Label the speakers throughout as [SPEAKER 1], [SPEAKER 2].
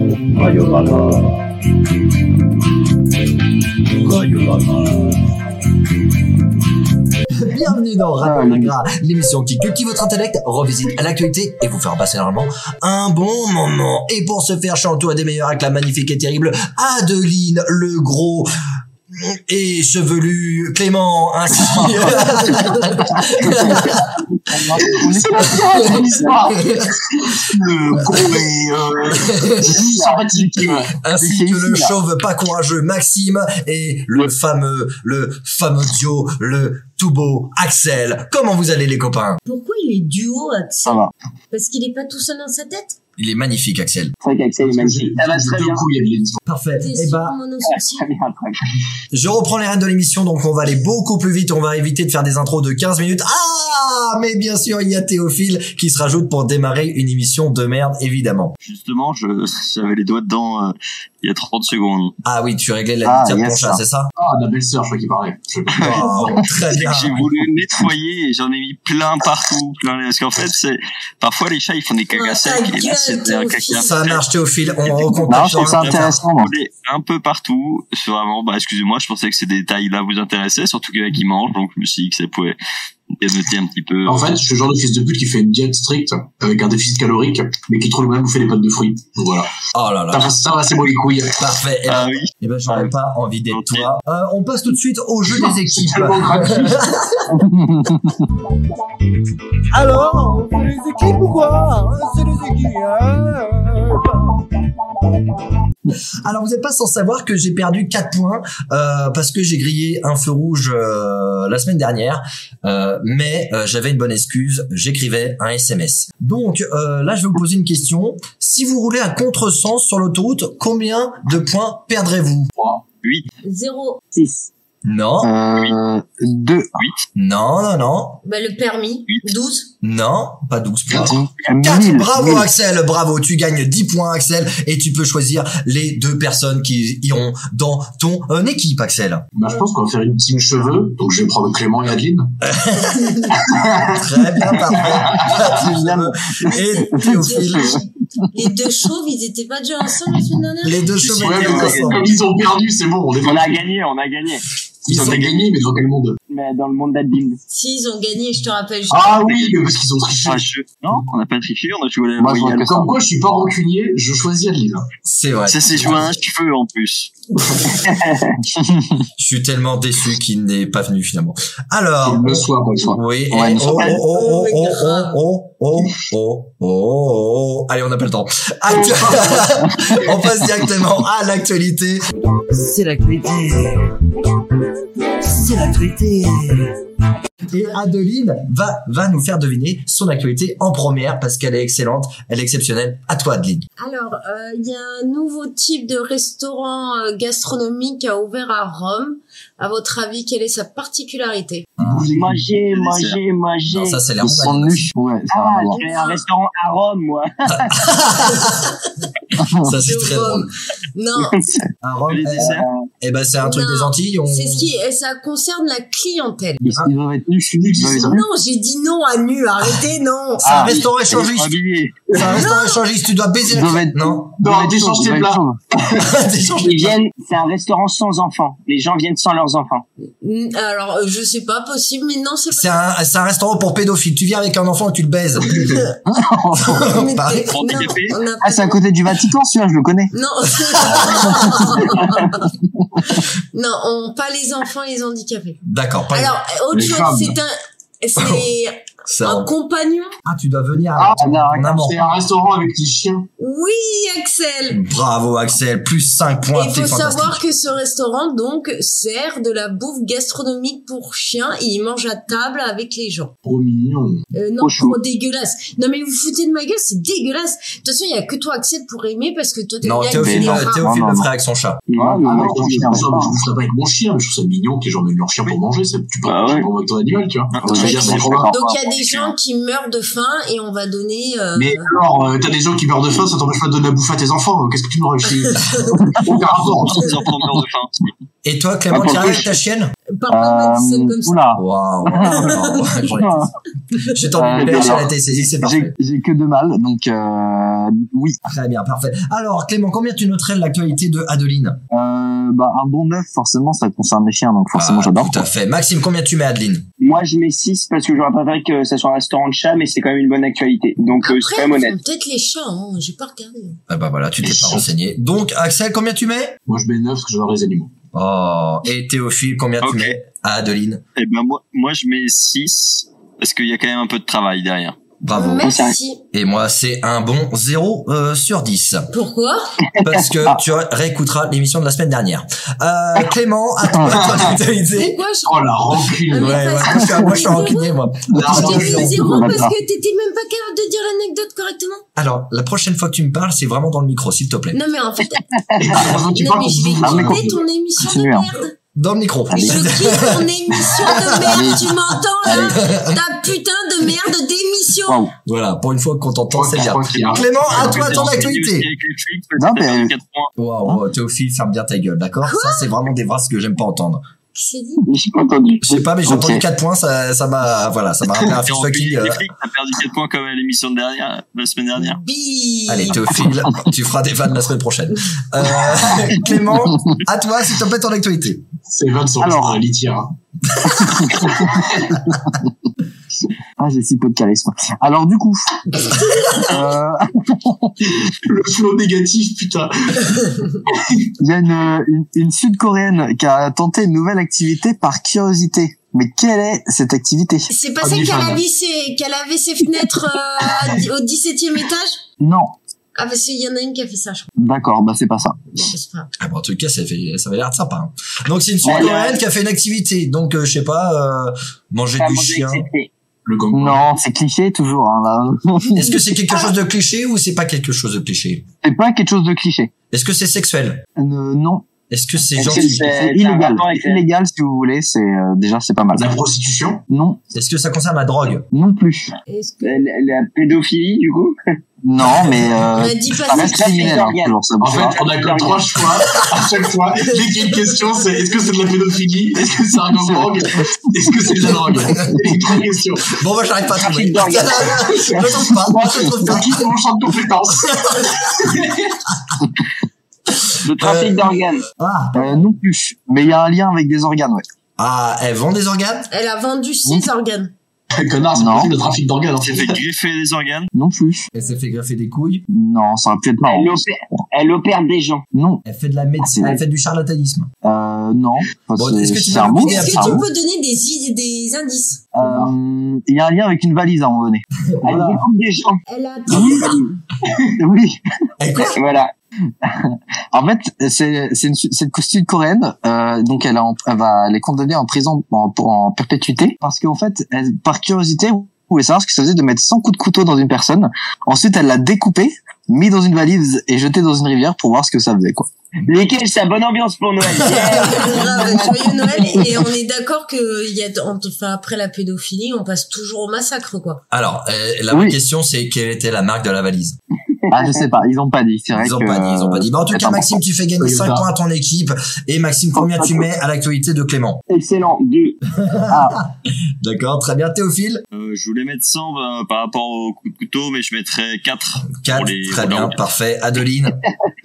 [SPEAKER 1] かよだな。かよだな。
[SPEAKER 2] Bienvenue dans Rappel Ingrat, l'émission qui cultive votre intellect, revisite l'actualité et vous faire passer normalement un bon moment. Et pour se faire chanter à des meilleurs avec la magnifique et terrible Adeline le gros et chevelu Clément ainsi
[SPEAKER 3] C'est pas ça, c'est l'histoire. Le gros et euh, lui, en fait, il est
[SPEAKER 2] ainsi
[SPEAKER 3] C'est
[SPEAKER 2] que le
[SPEAKER 3] ici, là.
[SPEAKER 2] chauve pas courageux Maxime et le fameux le fameux duo le tout beau Axel. Comment vous allez les copains
[SPEAKER 4] Pourquoi il est duo Axel
[SPEAKER 3] Ça va.
[SPEAKER 4] Parce qu'il est pas tout seul dans sa tête
[SPEAKER 2] Il est magnifique Axel.
[SPEAKER 3] C'est vrai qu'Axel est magnifique. Ça va très bien.
[SPEAKER 2] Parfait.
[SPEAKER 4] T'es
[SPEAKER 2] Eh
[SPEAKER 4] sûr,
[SPEAKER 2] ben,
[SPEAKER 4] mon
[SPEAKER 3] Ouais,
[SPEAKER 4] insouci
[SPEAKER 3] Très bien, très bien.
[SPEAKER 2] Je reprends les rênes de l'émission, donc on va aller beaucoup plus vite. On va éviter de faire des intros de 15 minutes. Ah Mais bien sûr, il y a Théophile qui se rajoute pour démarrer une émission de merde, évidemment.
[SPEAKER 5] Justement, je, j'avais les doigts dedans euh, il y a 30 secondes.
[SPEAKER 2] Ah oui, tu réglais la
[SPEAKER 3] Ah,
[SPEAKER 2] litière
[SPEAKER 3] yes,
[SPEAKER 2] pour chat,
[SPEAKER 3] ça.
[SPEAKER 2] c'est ça
[SPEAKER 6] Ah, la belle-sœur, je crois qu'il parlait. Je-
[SPEAKER 2] Wow, Très bien.
[SPEAKER 5] J'ai voulu nettoyer et j'en ai mis plein partout. Plein, parce qu'en fait, c'est, parfois les chats, ils font des
[SPEAKER 4] Ah,
[SPEAKER 5] caca secs
[SPEAKER 4] ta
[SPEAKER 5] et là,
[SPEAKER 4] gueule,
[SPEAKER 5] c'était un
[SPEAKER 4] ton
[SPEAKER 5] caca.
[SPEAKER 4] fils.
[SPEAKER 2] Ça marche, Théophile. On recompte.
[SPEAKER 3] Non, je trouve ça intéressant. moi.
[SPEAKER 5] collé Un peu partout, C'est vraiment, bah, excusez-moi, je pensais que ces détails-là vous intéressaient, surtout qu'il y en a qui mangent, donc je me suis dit que ça pouvait dénoter un petit peu.
[SPEAKER 6] En fait, je suis le genre de fils de pute qui fait une diète stricte avec un déficit calorique, mais qui trouve le moyen de bouffer des pâtes de fruits. Donc Voilà.
[SPEAKER 2] Oh là
[SPEAKER 6] Ça,
[SPEAKER 2] là.
[SPEAKER 6] va- ça va, c'est moi les couilles.
[SPEAKER 3] Euh,
[SPEAKER 2] Parfait. Eh ben,
[SPEAKER 5] ah oui,
[SPEAKER 2] eh ben, j'aurais pas envie d'être toi. Euh, on passe tout de suite au jeu des équipes.
[SPEAKER 6] tellement gratuit.
[SPEAKER 2] Alors, c'est les équipes ou quoi C'est les équipes. Alors, vous n'êtes pas sans savoir que j'ai perdu 4 points euh, parce que j'ai grillé un feu rouge euh, la semaine dernière, Euh, mais euh, j'avais une bonne excuse, j'écrivais un SMS. Donc euh, là, je vais vous poser une question. Si vous roulez à contresens sur l'autoroute, combien de points perdrez-vous
[SPEAKER 4] Zéro.
[SPEAKER 3] Six.
[SPEAKER 2] Non,
[SPEAKER 3] Euh, deux.
[SPEAKER 2] non, non, non,
[SPEAKER 4] Bah, le permis.
[SPEAKER 5] Huit.
[SPEAKER 4] 12.
[SPEAKER 2] non, pas 12 points. Quatre.
[SPEAKER 3] Mille.
[SPEAKER 2] bravo
[SPEAKER 3] Mille.
[SPEAKER 2] Axel, bravo, tu gagnes 10 points Axel et tu peux choisir les deux personnes qui iront dans ton euh, équipe Axel.
[SPEAKER 6] Bah, je pense qu'on va faire une team cheveux, donc je vais prendre Clément et Adeline.
[SPEAKER 3] Ah.
[SPEAKER 2] Très bien, parfait.
[SPEAKER 3] Évidemment.
[SPEAKER 2] et
[SPEAKER 4] Dieu.
[SPEAKER 2] Théophile,
[SPEAKER 4] Les deux chauves, ils étaient pas déjà ensemble la semaine dernière
[SPEAKER 2] les deux chevaux
[SPEAKER 6] Ouais, mais
[SPEAKER 2] étaient
[SPEAKER 6] comme comme
[SPEAKER 2] ensemble.
[SPEAKER 6] ils ont perdu, c'est bon, on est
[SPEAKER 3] On a gagné, on a gagné.
[SPEAKER 6] Ils ont gagné, mais devant quel monde
[SPEAKER 3] Mais dans le monde d'Adbin.
[SPEAKER 4] Si, ils ont gagné, je te rappelle. juste.
[SPEAKER 6] Ah oui, mais parce qu'ils ont triché.
[SPEAKER 5] un jeu. Non, on n'a pas triché, on a joué à la
[SPEAKER 3] Moi, je vois
[SPEAKER 5] loyale.
[SPEAKER 3] que ça.
[SPEAKER 6] Comme quoi, je suis pas rancunier, je choisis Adeline.
[SPEAKER 2] C'est vrai.
[SPEAKER 5] Ça s'est joué à un cheveu en plus.
[SPEAKER 2] Je suis tellement déçu qu'il n'est pas venu finalement. Alors,
[SPEAKER 6] Qu'il le soit, pas le soit.
[SPEAKER 2] oui.
[SPEAKER 3] Ouais,
[SPEAKER 2] et-
[SPEAKER 3] mais-
[SPEAKER 2] oh, oh, oh, oh,
[SPEAKER 4] grave.
[SPEAKER 2] oh, oh, oh, oh, oh, oh. Allez, on n'a pas le temps. Actu- on passe directement à l'actualité.
[SPEAKER 7] C'est l'actualité. C'est l'actualité.
[SPEAKER 2] Et Adeline va, va nous faire deviner son actualité en première parce qu'elle est excellente, elle est exceptionnelle. À toi, Adeline.
[SPEAKER 4] Alors, euh, il y a un nouveau type de restaurant euh, gastronomique qui a ouvert à Rome. À votre avis, quelle est sa particularité
[SPEAKER 8] Manger, manger,
[SPEAKER 2] Non,
[SPEAKER 8] manger.
[SPEAKER 2] ça, c'est la
[SPEAKER 3] Ils sont
[SPEAKER 2] Roumanie.
[SPEAKER 3] nus. Ouais, ça va
[SPEAKER 8] Ah,
[SPEAKER 3] avoir.
[SPEAKER 8] je vais à un restaurant à Rome, moi.
[SPEAKER 2] Ça, c'est très drôle.
[SPEAKER 4] Non,
[SPEAKER 2] À Rome,
[SPEAKER 5] Les
[SPEAKER 2] eh,
[SPEAKER 5] desserts.
[SPEAKER 3] Euh,
[SPEAKER 2] eh ben, c'est un truc
[SPEAKER 4] Non.
[SPEAKER 2] des Antilles. On...
[SPEAKER 4] c'est ce qui et ça concerne la clientèle.
[SPEAKER 3] Ils ils doivent être nus. Je suis nu.
[SPEAKER 9] Ah,
[SPEAKER 4] Non, j'ai dit non à nu, arrêtez, non.
[SPEAKER 3] Ah.
[SPEAKER 2] C'est un restaurant échangiste.
[SPEAKER 5] Habillé.
[SPEAKER 2] C'est un restaurant échangiste. Tu dois baiser.
[SPEAKER 3] Ils
[SPEAKER 2] la-
[SPEAKER 3] doivent être-
[SPEAKER 2] Non.
[SPEAKER 6] Non, déchange tes plats.
[SPEAKER 2] Des gens-
[SPEAKER 8] Ils viennent, c'est un restaurant sans enfants. Les gens viennent sans leurs enfants.
[SPEAKER 4] Mm, Alors, euh, je sais pas possible, mais non, c'est
[SPEAKER 2] C'est un, c'est un restaurant pour pédophiles. Tu viens avec un enfant et tu le baises.
[SPEAKER 4] pas. mais
[SPEAKER 2] Pareil.
[SPEAKER 4] t'es- non,
[SPEAKER 5] Handicapé.
[SPEAKER 4] on a
[SPEAKER 3] Ah, c'est à côté du Vatican, celui-là, je le connais.
[SPEAKER 4] Non. non, on, pas les enfants, les handicapés.
[SPEAKER 2] D'accord. pas-
[SPEAKER 4] Alors, euh, autre
[SPEAKER 6] Les
[SPEAKER 4] chose,
[SPEAKER 6] femmes.
[SPEAKER 4] c'est un, c'est
[SPEAKER 2] ça-
[SPEAKER 4] un compagnon.
[SPEAKER 2] Ah, tu dois venir avec
[SPEAKER 3] Ah,
[SPEAKER 2] ton, ton amant.
[SPEAKER 6] C'est un restaurant avec des chiens.
[SPEAKER 4] Oui, Axel.
[SPEAKER 2] Bravo, Axel. Plus 5
[SPEAKER 4] Et
[SPEAKER 2] points.
[SPEAKER 4] Il
[SPEAKER 2] T'es
[SPEAKER 4] faut
[SPEAKER 2] fantastique.
[SPEAKER 4] savoir que ce restaurant donc sert de la bouffe gastronomique pour chiens et il mange à table avec les gens.
[SPEAKER 6] Trop mignon.
[SPEAKER 4] Euh, non,
[SPEAKER 8] Trop chaud.
[SPEAKER 4] trop dégueulasse. Non mais vous vous foutez de ma gueule, c'est dégueulasse. De toute façon, il y a que toi Axel pour aimer parce que toi t'es
[SPEAKER 2] Non,
[SPEAKER 4] bien
[SPEAKER 2] Théophile,
[SPEAKER 4] avec les
[SPEAKER 2] euh,
[SPEAKER 4] rats.
[SPEAKER 2] Théophile
[SPEAKER 3] Non,
[SPEAKER 2] le
[SPEAKER 3] non,
[SPEAKER 2] ferait avec son chat.
[SPEAKER 6] Ah, non,
[SPEAKER 3] Ah,
[SPEAKER 6] non,
[SPEAKER 3] non, je
[SPEAKER 6] je ne
[SPEAKER 3] viens pas.
[SPEAKER 6] ferai pas avec mon chien, mais je trouve ça mignon que les gens mettent leur chien pour manger. ça- Tu peux
[SPEAKER 5] Bah
[SPEAKER 6] manger
[SPEAKER 5] ouais.
[SPEAKER 6] pour avec ton animal, tu vois.
[SPEAKER 5] Ah,
[SPEAKER 6] Je veux
[SPEAKER 4] ouais,
[SPEAKER 6] dire,
[SPEAKER 4] je
[SPEAKER 6] c'est
[SPEAKER 4] suis
[SPEAKER 6] trop
[SPEAKER 5] d'accord.
[SPEAKER 4] Donc il y a des
[SPEAKER 5] Chien.
[SPEAKER 4] gens qui meurent de faim et on va donner. euh,
[SPEAKER 6] Mais alors, euh, t'as des gens qui meurent de faim, ça t'empêche pas de donner à bouffer à tes enfants. euh, Qu'est-ce que tu me réussis Aucun rapport.
[SPEAKER 5] Ils en prennent meurent de faim.
[SPEAKER 2] Et toi, Clément,
[SPEAKER 5] Ah, pour
[SPEAKER 2] tu
[SPEAKER 5] le
[SPEAKER 2] arrives
[SPEAKER 5] coup,
[SPEAKER 2] avec ta chienne
[SPEAKER 9] Parle pas de Madison comme ça.
[SPEAKER 10] oula.
[SPEAKER 2] Waouh. waouh, waouh. J'en ai- J'ai tendu le
[SPEAKER 9] Euh,
[SPEAKER 2] perche, elle
[SPEAKER 9] alors,
[SPEAKER 2] a été saisie, c'est parfait.
[SPEAKER 9] J'ai j'ai que deux mâles, donc euh, oui,
[SPEAKER 2] Très bien, parfait. Alors, Clément, combien tu noterais l'actualité de Adeline
[SPEAKER 9] Euh, bah, un bon neuf, forcément, ça concerne les chiens, donc forcément,
[SPEAKER 2] Ah,
[SPEAKER 9] j'adore.
[SPEAKER 2] Tout à fait. Maxime, combien tu mets Adeline
[SPEAKER 10] Moi, je mets 6 parce que j'aurais préféré que ça soit un restaurant de chat, mais c'est quand même une bonne actualité. Donc, euh, c'est quand
[SPEAKER 4] Après,
[SPEAKER 10] même
[SPEAKER 4] ils
[SPEAKER 10] honnête.
[SPEAKER 4] font peut-être les chats, hein. J'ai pas regardé.
[SPEAKER 2] Ah bah voilà, tu t'es pas renseigné. Donc, Axel, combien tu mets
[SPEAKER 6] Moi, je mets 9 parce que j'adore les animaux.
[SPEAKER 2] Oh, et Théophile, combien
[SPEAKER 5] Ok.
[SPEAKER 2] tu mets à Adeline
[SPEAKER 5] Eh ben moi, moi je mets 6 parce qu'il y a quand même un peu de travail derrière.
[SPEAKER 2] Bravo.
[SPEAKER 4] Merci.
[SPEAKER 2] Et moi, c'est un bon 0 euh, sur 10.
[SPEAKER 4] Pourquoi
[SPEAKER 2] Parce que
[SPEAKER 4] Ah.
[SPEAKER 2] tu réécouteras l'émission de la semaine dernière. Euh, Clément, à toi, ton
[SPEAKER 4] C'est
[SPEAKER 2] actualité.
[SPEAKER 4] quoi je...
[SPEAKER 6] Oh la rancune
[SPEAKER 4] Ah,
[SPEAKER 2] Ouais,
[SPEAKER 4] mais
[SPEAKER 2] ouais,
[SPEAKER 4] parce
[SPEAKER 2] moi, je suis- moi, je suis
[SPEAKER 4] que-
[SPEAKER 2] enculé, moi.
[SPEAKER 6] La
[SPEAKER 4] Je t'ai mis
[SPEAKER 6] rancune.
[SPEAKER 4] zéro
[SPEAKER 9] bâtard.
[SPEAKER 4] parce que t'étais même pas capable de dire l'anecdote correctement.
[SPEAKER 2] Alors, la prochaine fois que tu me parles, c'est vraiment dans le micro, s'il te plaît.
[SPEAKER 4] Non mais en fait,
[SPEAKER 6] Et heureusement que tu
[SPEAKER 4] non,
[SPEAKER 6] parles
[SPEAKER 4] mais
[SPEAKER 6] pour
[SPEAKER 4] je vais
[SPEAKER 6] vous. Ah, mais
[SPEAKER 4] quitter ton émission de
[SPEAKER 9] Continuez, hein.
[SPEAKER 4] merde.
[SPEAKER 2] Dans le micro.
[SPEAKER 4] Je quitte ton émission de merde. Tu m'entends là Ta putain de merde d'émission.
[SPEAKER 9] Waouh.
[SPEAKER 2] Voilà, pour une fois qu'on t'entend, c'est bien.
[SPEAKER 6] crois qu'il y a- hein
[SPEAKER 2] Clément, à Ah, toi, ton
[SPEAKER 5] Aussi
[SPEAKER 2] actualité.
[SPEAKER 5] avec les flics, parce
[SPEAKER 9] Non,
[SPEAKER 5] que t'as
[SPEAKER 9] mais-
[SPEAKER 5] perdu quatre points.
[SPEAKER 2] Waouh,
[SPEAKER 4] Hein
[SPEAKER 2] wow, Théophile, ferme bien ta gueule, d'accord Ça, c'est vraiment des phrases que j'aime pas entendre.
[SPEAKER 4] Qui s'est dit
[SPEAKER 10] J'ai pas entendu.
[SPEAKER 2] Je sais pas, mais j'ai
[SPEAKER 9] Ok.
[SPEAKER 2] entendu 4 points, ça ça m'a voilà, ça m'a rappelé un
[SPEAKER 5] T'es en
[SPEAKER 2] fucking.
[SPEAKER 5] flic,
[SPEAKER 2] euh,
[SPEAKER 5] les flics, t'as perdu 4 points comme à l'émission de dernière, la semaine dernière.
[SPEAKER 4] Bip.
[SPEAKER 2] Allez, Théophile, tu feras des vannes la semaine prochaine. Euh, Clément, à toi, s'il te plaît, ton actualité.
[SPEAKER 6] C'est 20 sur
[SPEAKER 9] Alors.
[SPEAKER 6] un litière. hein.
[SPEAKER 9] Ah, j'ai si peu de charisme. Alors, du coup, euh,
[SPEAKER 6] Le flow négatif, putain.
[SPEAKER 9] il y a une, une, une Sud-Coréenne qui a tenté une nouvelle activité par curiosité. Mais quelle est cette activité
[SPEAKER 4] C'est pas ça qu'elle avait ses, qu'elle avait ses fenêtres euh, au 17e étage
[SPEAKER 9] Non,
[SPEAKER 4] Ah parce qu'il y en a une qui a fait ça, je crois.
[SPEAKER 9] d'accord, bah c'est pas ça.
[SPEAKER 4] Bon, c'est pas grave.
[SPEAKER 2] Ah, bon, en tout cas, ça, fait, ça avait l'air de sympa. hein. Donc, c'est une sud-coréenne qui a fait une activité. Donc, euh, je sais pas, euh, manger
[SPEAKER 10] Pas
[SPEAKER 2] du
[SPEAKER 10] manger,
[SPEAKER 2] chien.
[SPEAKER 10] c'était-
[SPEAKER 6] Le gang.
[SPEAKER 9] Non, c'est cliché toujours. Hein, là.
[SPEAKER 2] Est-ce que c'est quelque chose de cliché ou c'est pas quelque chose de cliché
[SPEAKER 9] c'est pas quelque chose de cliché.
[SPEAKER 2] Est-ce que c'est sexuel
[SPEAKER 9] Euh, non,
[SPEAKER 2] Est-ce que c'est
[SPEAKER 10] Est-ce
[SPEAKER 2] gentil
[SPEAKER 10] que
[SPEAKER 9] c'est
[SPEAKER 10] c'est t'as un
[SPEAKER 9] illégal.
[SPEAKER 10] rapport avec la-
[SPEAKER 9] Illégal, si vous voulez, c'est euh, déjà c'est pas mal.
[SPEAKER 6] La prostitution.
[SPEAKER 9] Non,
[SPEAKER 2] Est-ce que ça concerne la drogue
[SPEAKER 9] non plus.
[SPEAKER 4] Est-ce que...
[SPEAKER 10] la, la- la pédophilie, du coup
[SPEAKER 9] Non, mais
[SPEAKER 4] On
[SPEAKER 2] Ah,
[SPEAKER 9] euh,
[SPEAKER 4] a dit
[SPEAKER 9] ça
[SPEAKER 4] pas
[SPEAKER 9] reste
[SPEAKER 4] ça.
[SPEAKER 9] criminel. hein, toujours, ça
[SPEAKER 6] En
[SPEAKER 9] bougera.
[SPEAKER 6] fait, on a que trois choix à chaque fois. Dès qu'il y a une question, c'est est-ce que c'est de la pédophilie Est-ce que c'est un gang Est-ce que c'est de la drogue Et trois questions.
[SPEAKER 2] Bon, moi, j'arrive pas à trouver.
[SPEAKER 10] Trafic d'organes.
[SPEAKER 2] je le trouve pas. Je le trouve pas.
[SPEAKER 6] C'est juste mon champ de compétences.
[SPEAKER 10] Le trafic
[SPEAKER 2] Euh,
[SPEAKER 10] d'organes.
[SPEAKER 2] Ah.
[SPEAKER 9] Euh, non plus. Mais il y a un lien avec des organes, ouais.
[SPEAKER 2] ah, elle vend des organes
[SPEAKER 4] Elle a vendu ses organes.
[SPEAKER 6] Connard, c'est
[SPEAKER 9] Non.
[SPEAKER 6] pas possible, le trafic d'organes. hein. en
[SPEAKER 5] J'ai
[SPEAKER 6] fait.
[SPEAKER 5] fait griffer les organes.
[SPEAKER 9] Non plus.
[SPEAKER 2] Elle s'est fait greffer des couilles.
[SPEAKER 9] Non, ça aurait pu être marrant.
[SPEAKER 10] Elle opère, elle opère des gens.
[SPEAKER 9] Non,
[SPEAKER 2] Elle fait de la médecine.
[SPEAKER 9] Ah, c'est-
[SPEAKER 2] Elle fait du charlatanisme.
[SPEAKER 9] euh, non. Enfin,
[SPEAKER 2] Bon,
[SPEAKER 9] c'est-
[SPEAKER 2] est-ce que tu
[SPEAKER 9] c'est
[SPEAKER 2] peux
[SPEAKER 9] un
[SPEAKER 2] nous
[SPEAKER 9] mot
[SPEAKER 2] guider
[SPEAKER 9] c'est
[SPEAKER 2] un
[SPEAKER 4] Est-ce
[SPEAKER 2] petit
[SPEAKER 9] un
[SPEAKER 4] que tu
[SPEAKER 9] mot.
[SPEAKER 4] peux donner des, idées, des indices
[SPEAKER 9] Euh, Il y a un lien avec une valise à un moment donné.
[SPEAKER 10] Elle découpe des gens.
[SPEAKER 4] Elle a
[SPEAKER 9] oui.
[SPEAKER 2] Elle quoi
[SPEAKER 10] Voilà.
[SPEAKER 9] En fait, c'est c'est une, su- c'est une costume coréenne. Euh, donc, elle, a en- elle va les condamner en prison en, pour- en perpétuité parce qu'en fait, elle, par curiosité, vous pouvez savoir ce que ça faisait de mettre 100 coups de couteau dans une personne. Ensuite, elle l'a découpé, mis dans une valise et jeté dans une rivière pour voir ce que ça faisait. Quoi.
[SPEAKER 10] Lesquels, ça bonne ambiance pour Noël. Yeah.
[SPEAKER 4] grave, joyeux Noël. Et on est d'accord que il y a, on te- enfin, après la pédophilie, on passe toujours au massacre, quoi.
[SPEAKER 2] Alors, euh, la vraie
[SPEAKER 9] Oui.
[SPEAKER 2] question, c'est quelle était la marque de la valise
[SPEAKER 9] Ah, je sais pas. Ils ont pas dit. C'est vrai
[SPEAKER 2] Ils ont
[SPEAKER 9] que, euh,
[SPEAKER 2] pas dit, ils ont pas dit. Bon, en tout
[SPEAKER 9] c'est
[SPEAKER 2] cas,
[SPEAKER 9] important.
[SPEAKER 2] Maxime, tu fais gagner
[SPEAKER 6] Oui,
[SPEAKER 2] 5
[SPEAKER 6] bah.
[SPEAKER 2] points à ton équipe. Et Maxime, combien tu mets à l'actualité de Clément
[SPEAKER 10] Excellent. Deux.
[SPEAKER 9] Ah.
[SPEAKER 2] D'accord, très bien. Théophile
[SPEAKER 5] Euh, je voulais mettre 100 bah, par rapport au coup de couteau, mais je mettrais 4.
[SPEAKER 2] 4,
[SPEAKER 5] Pour les-
[SPEAKER 2] très
[SPEAKER 5] pour
[SPEAKER 2] bien,
[SPEAKER 5] les-
[SPEAKER 2] parfait. Adeline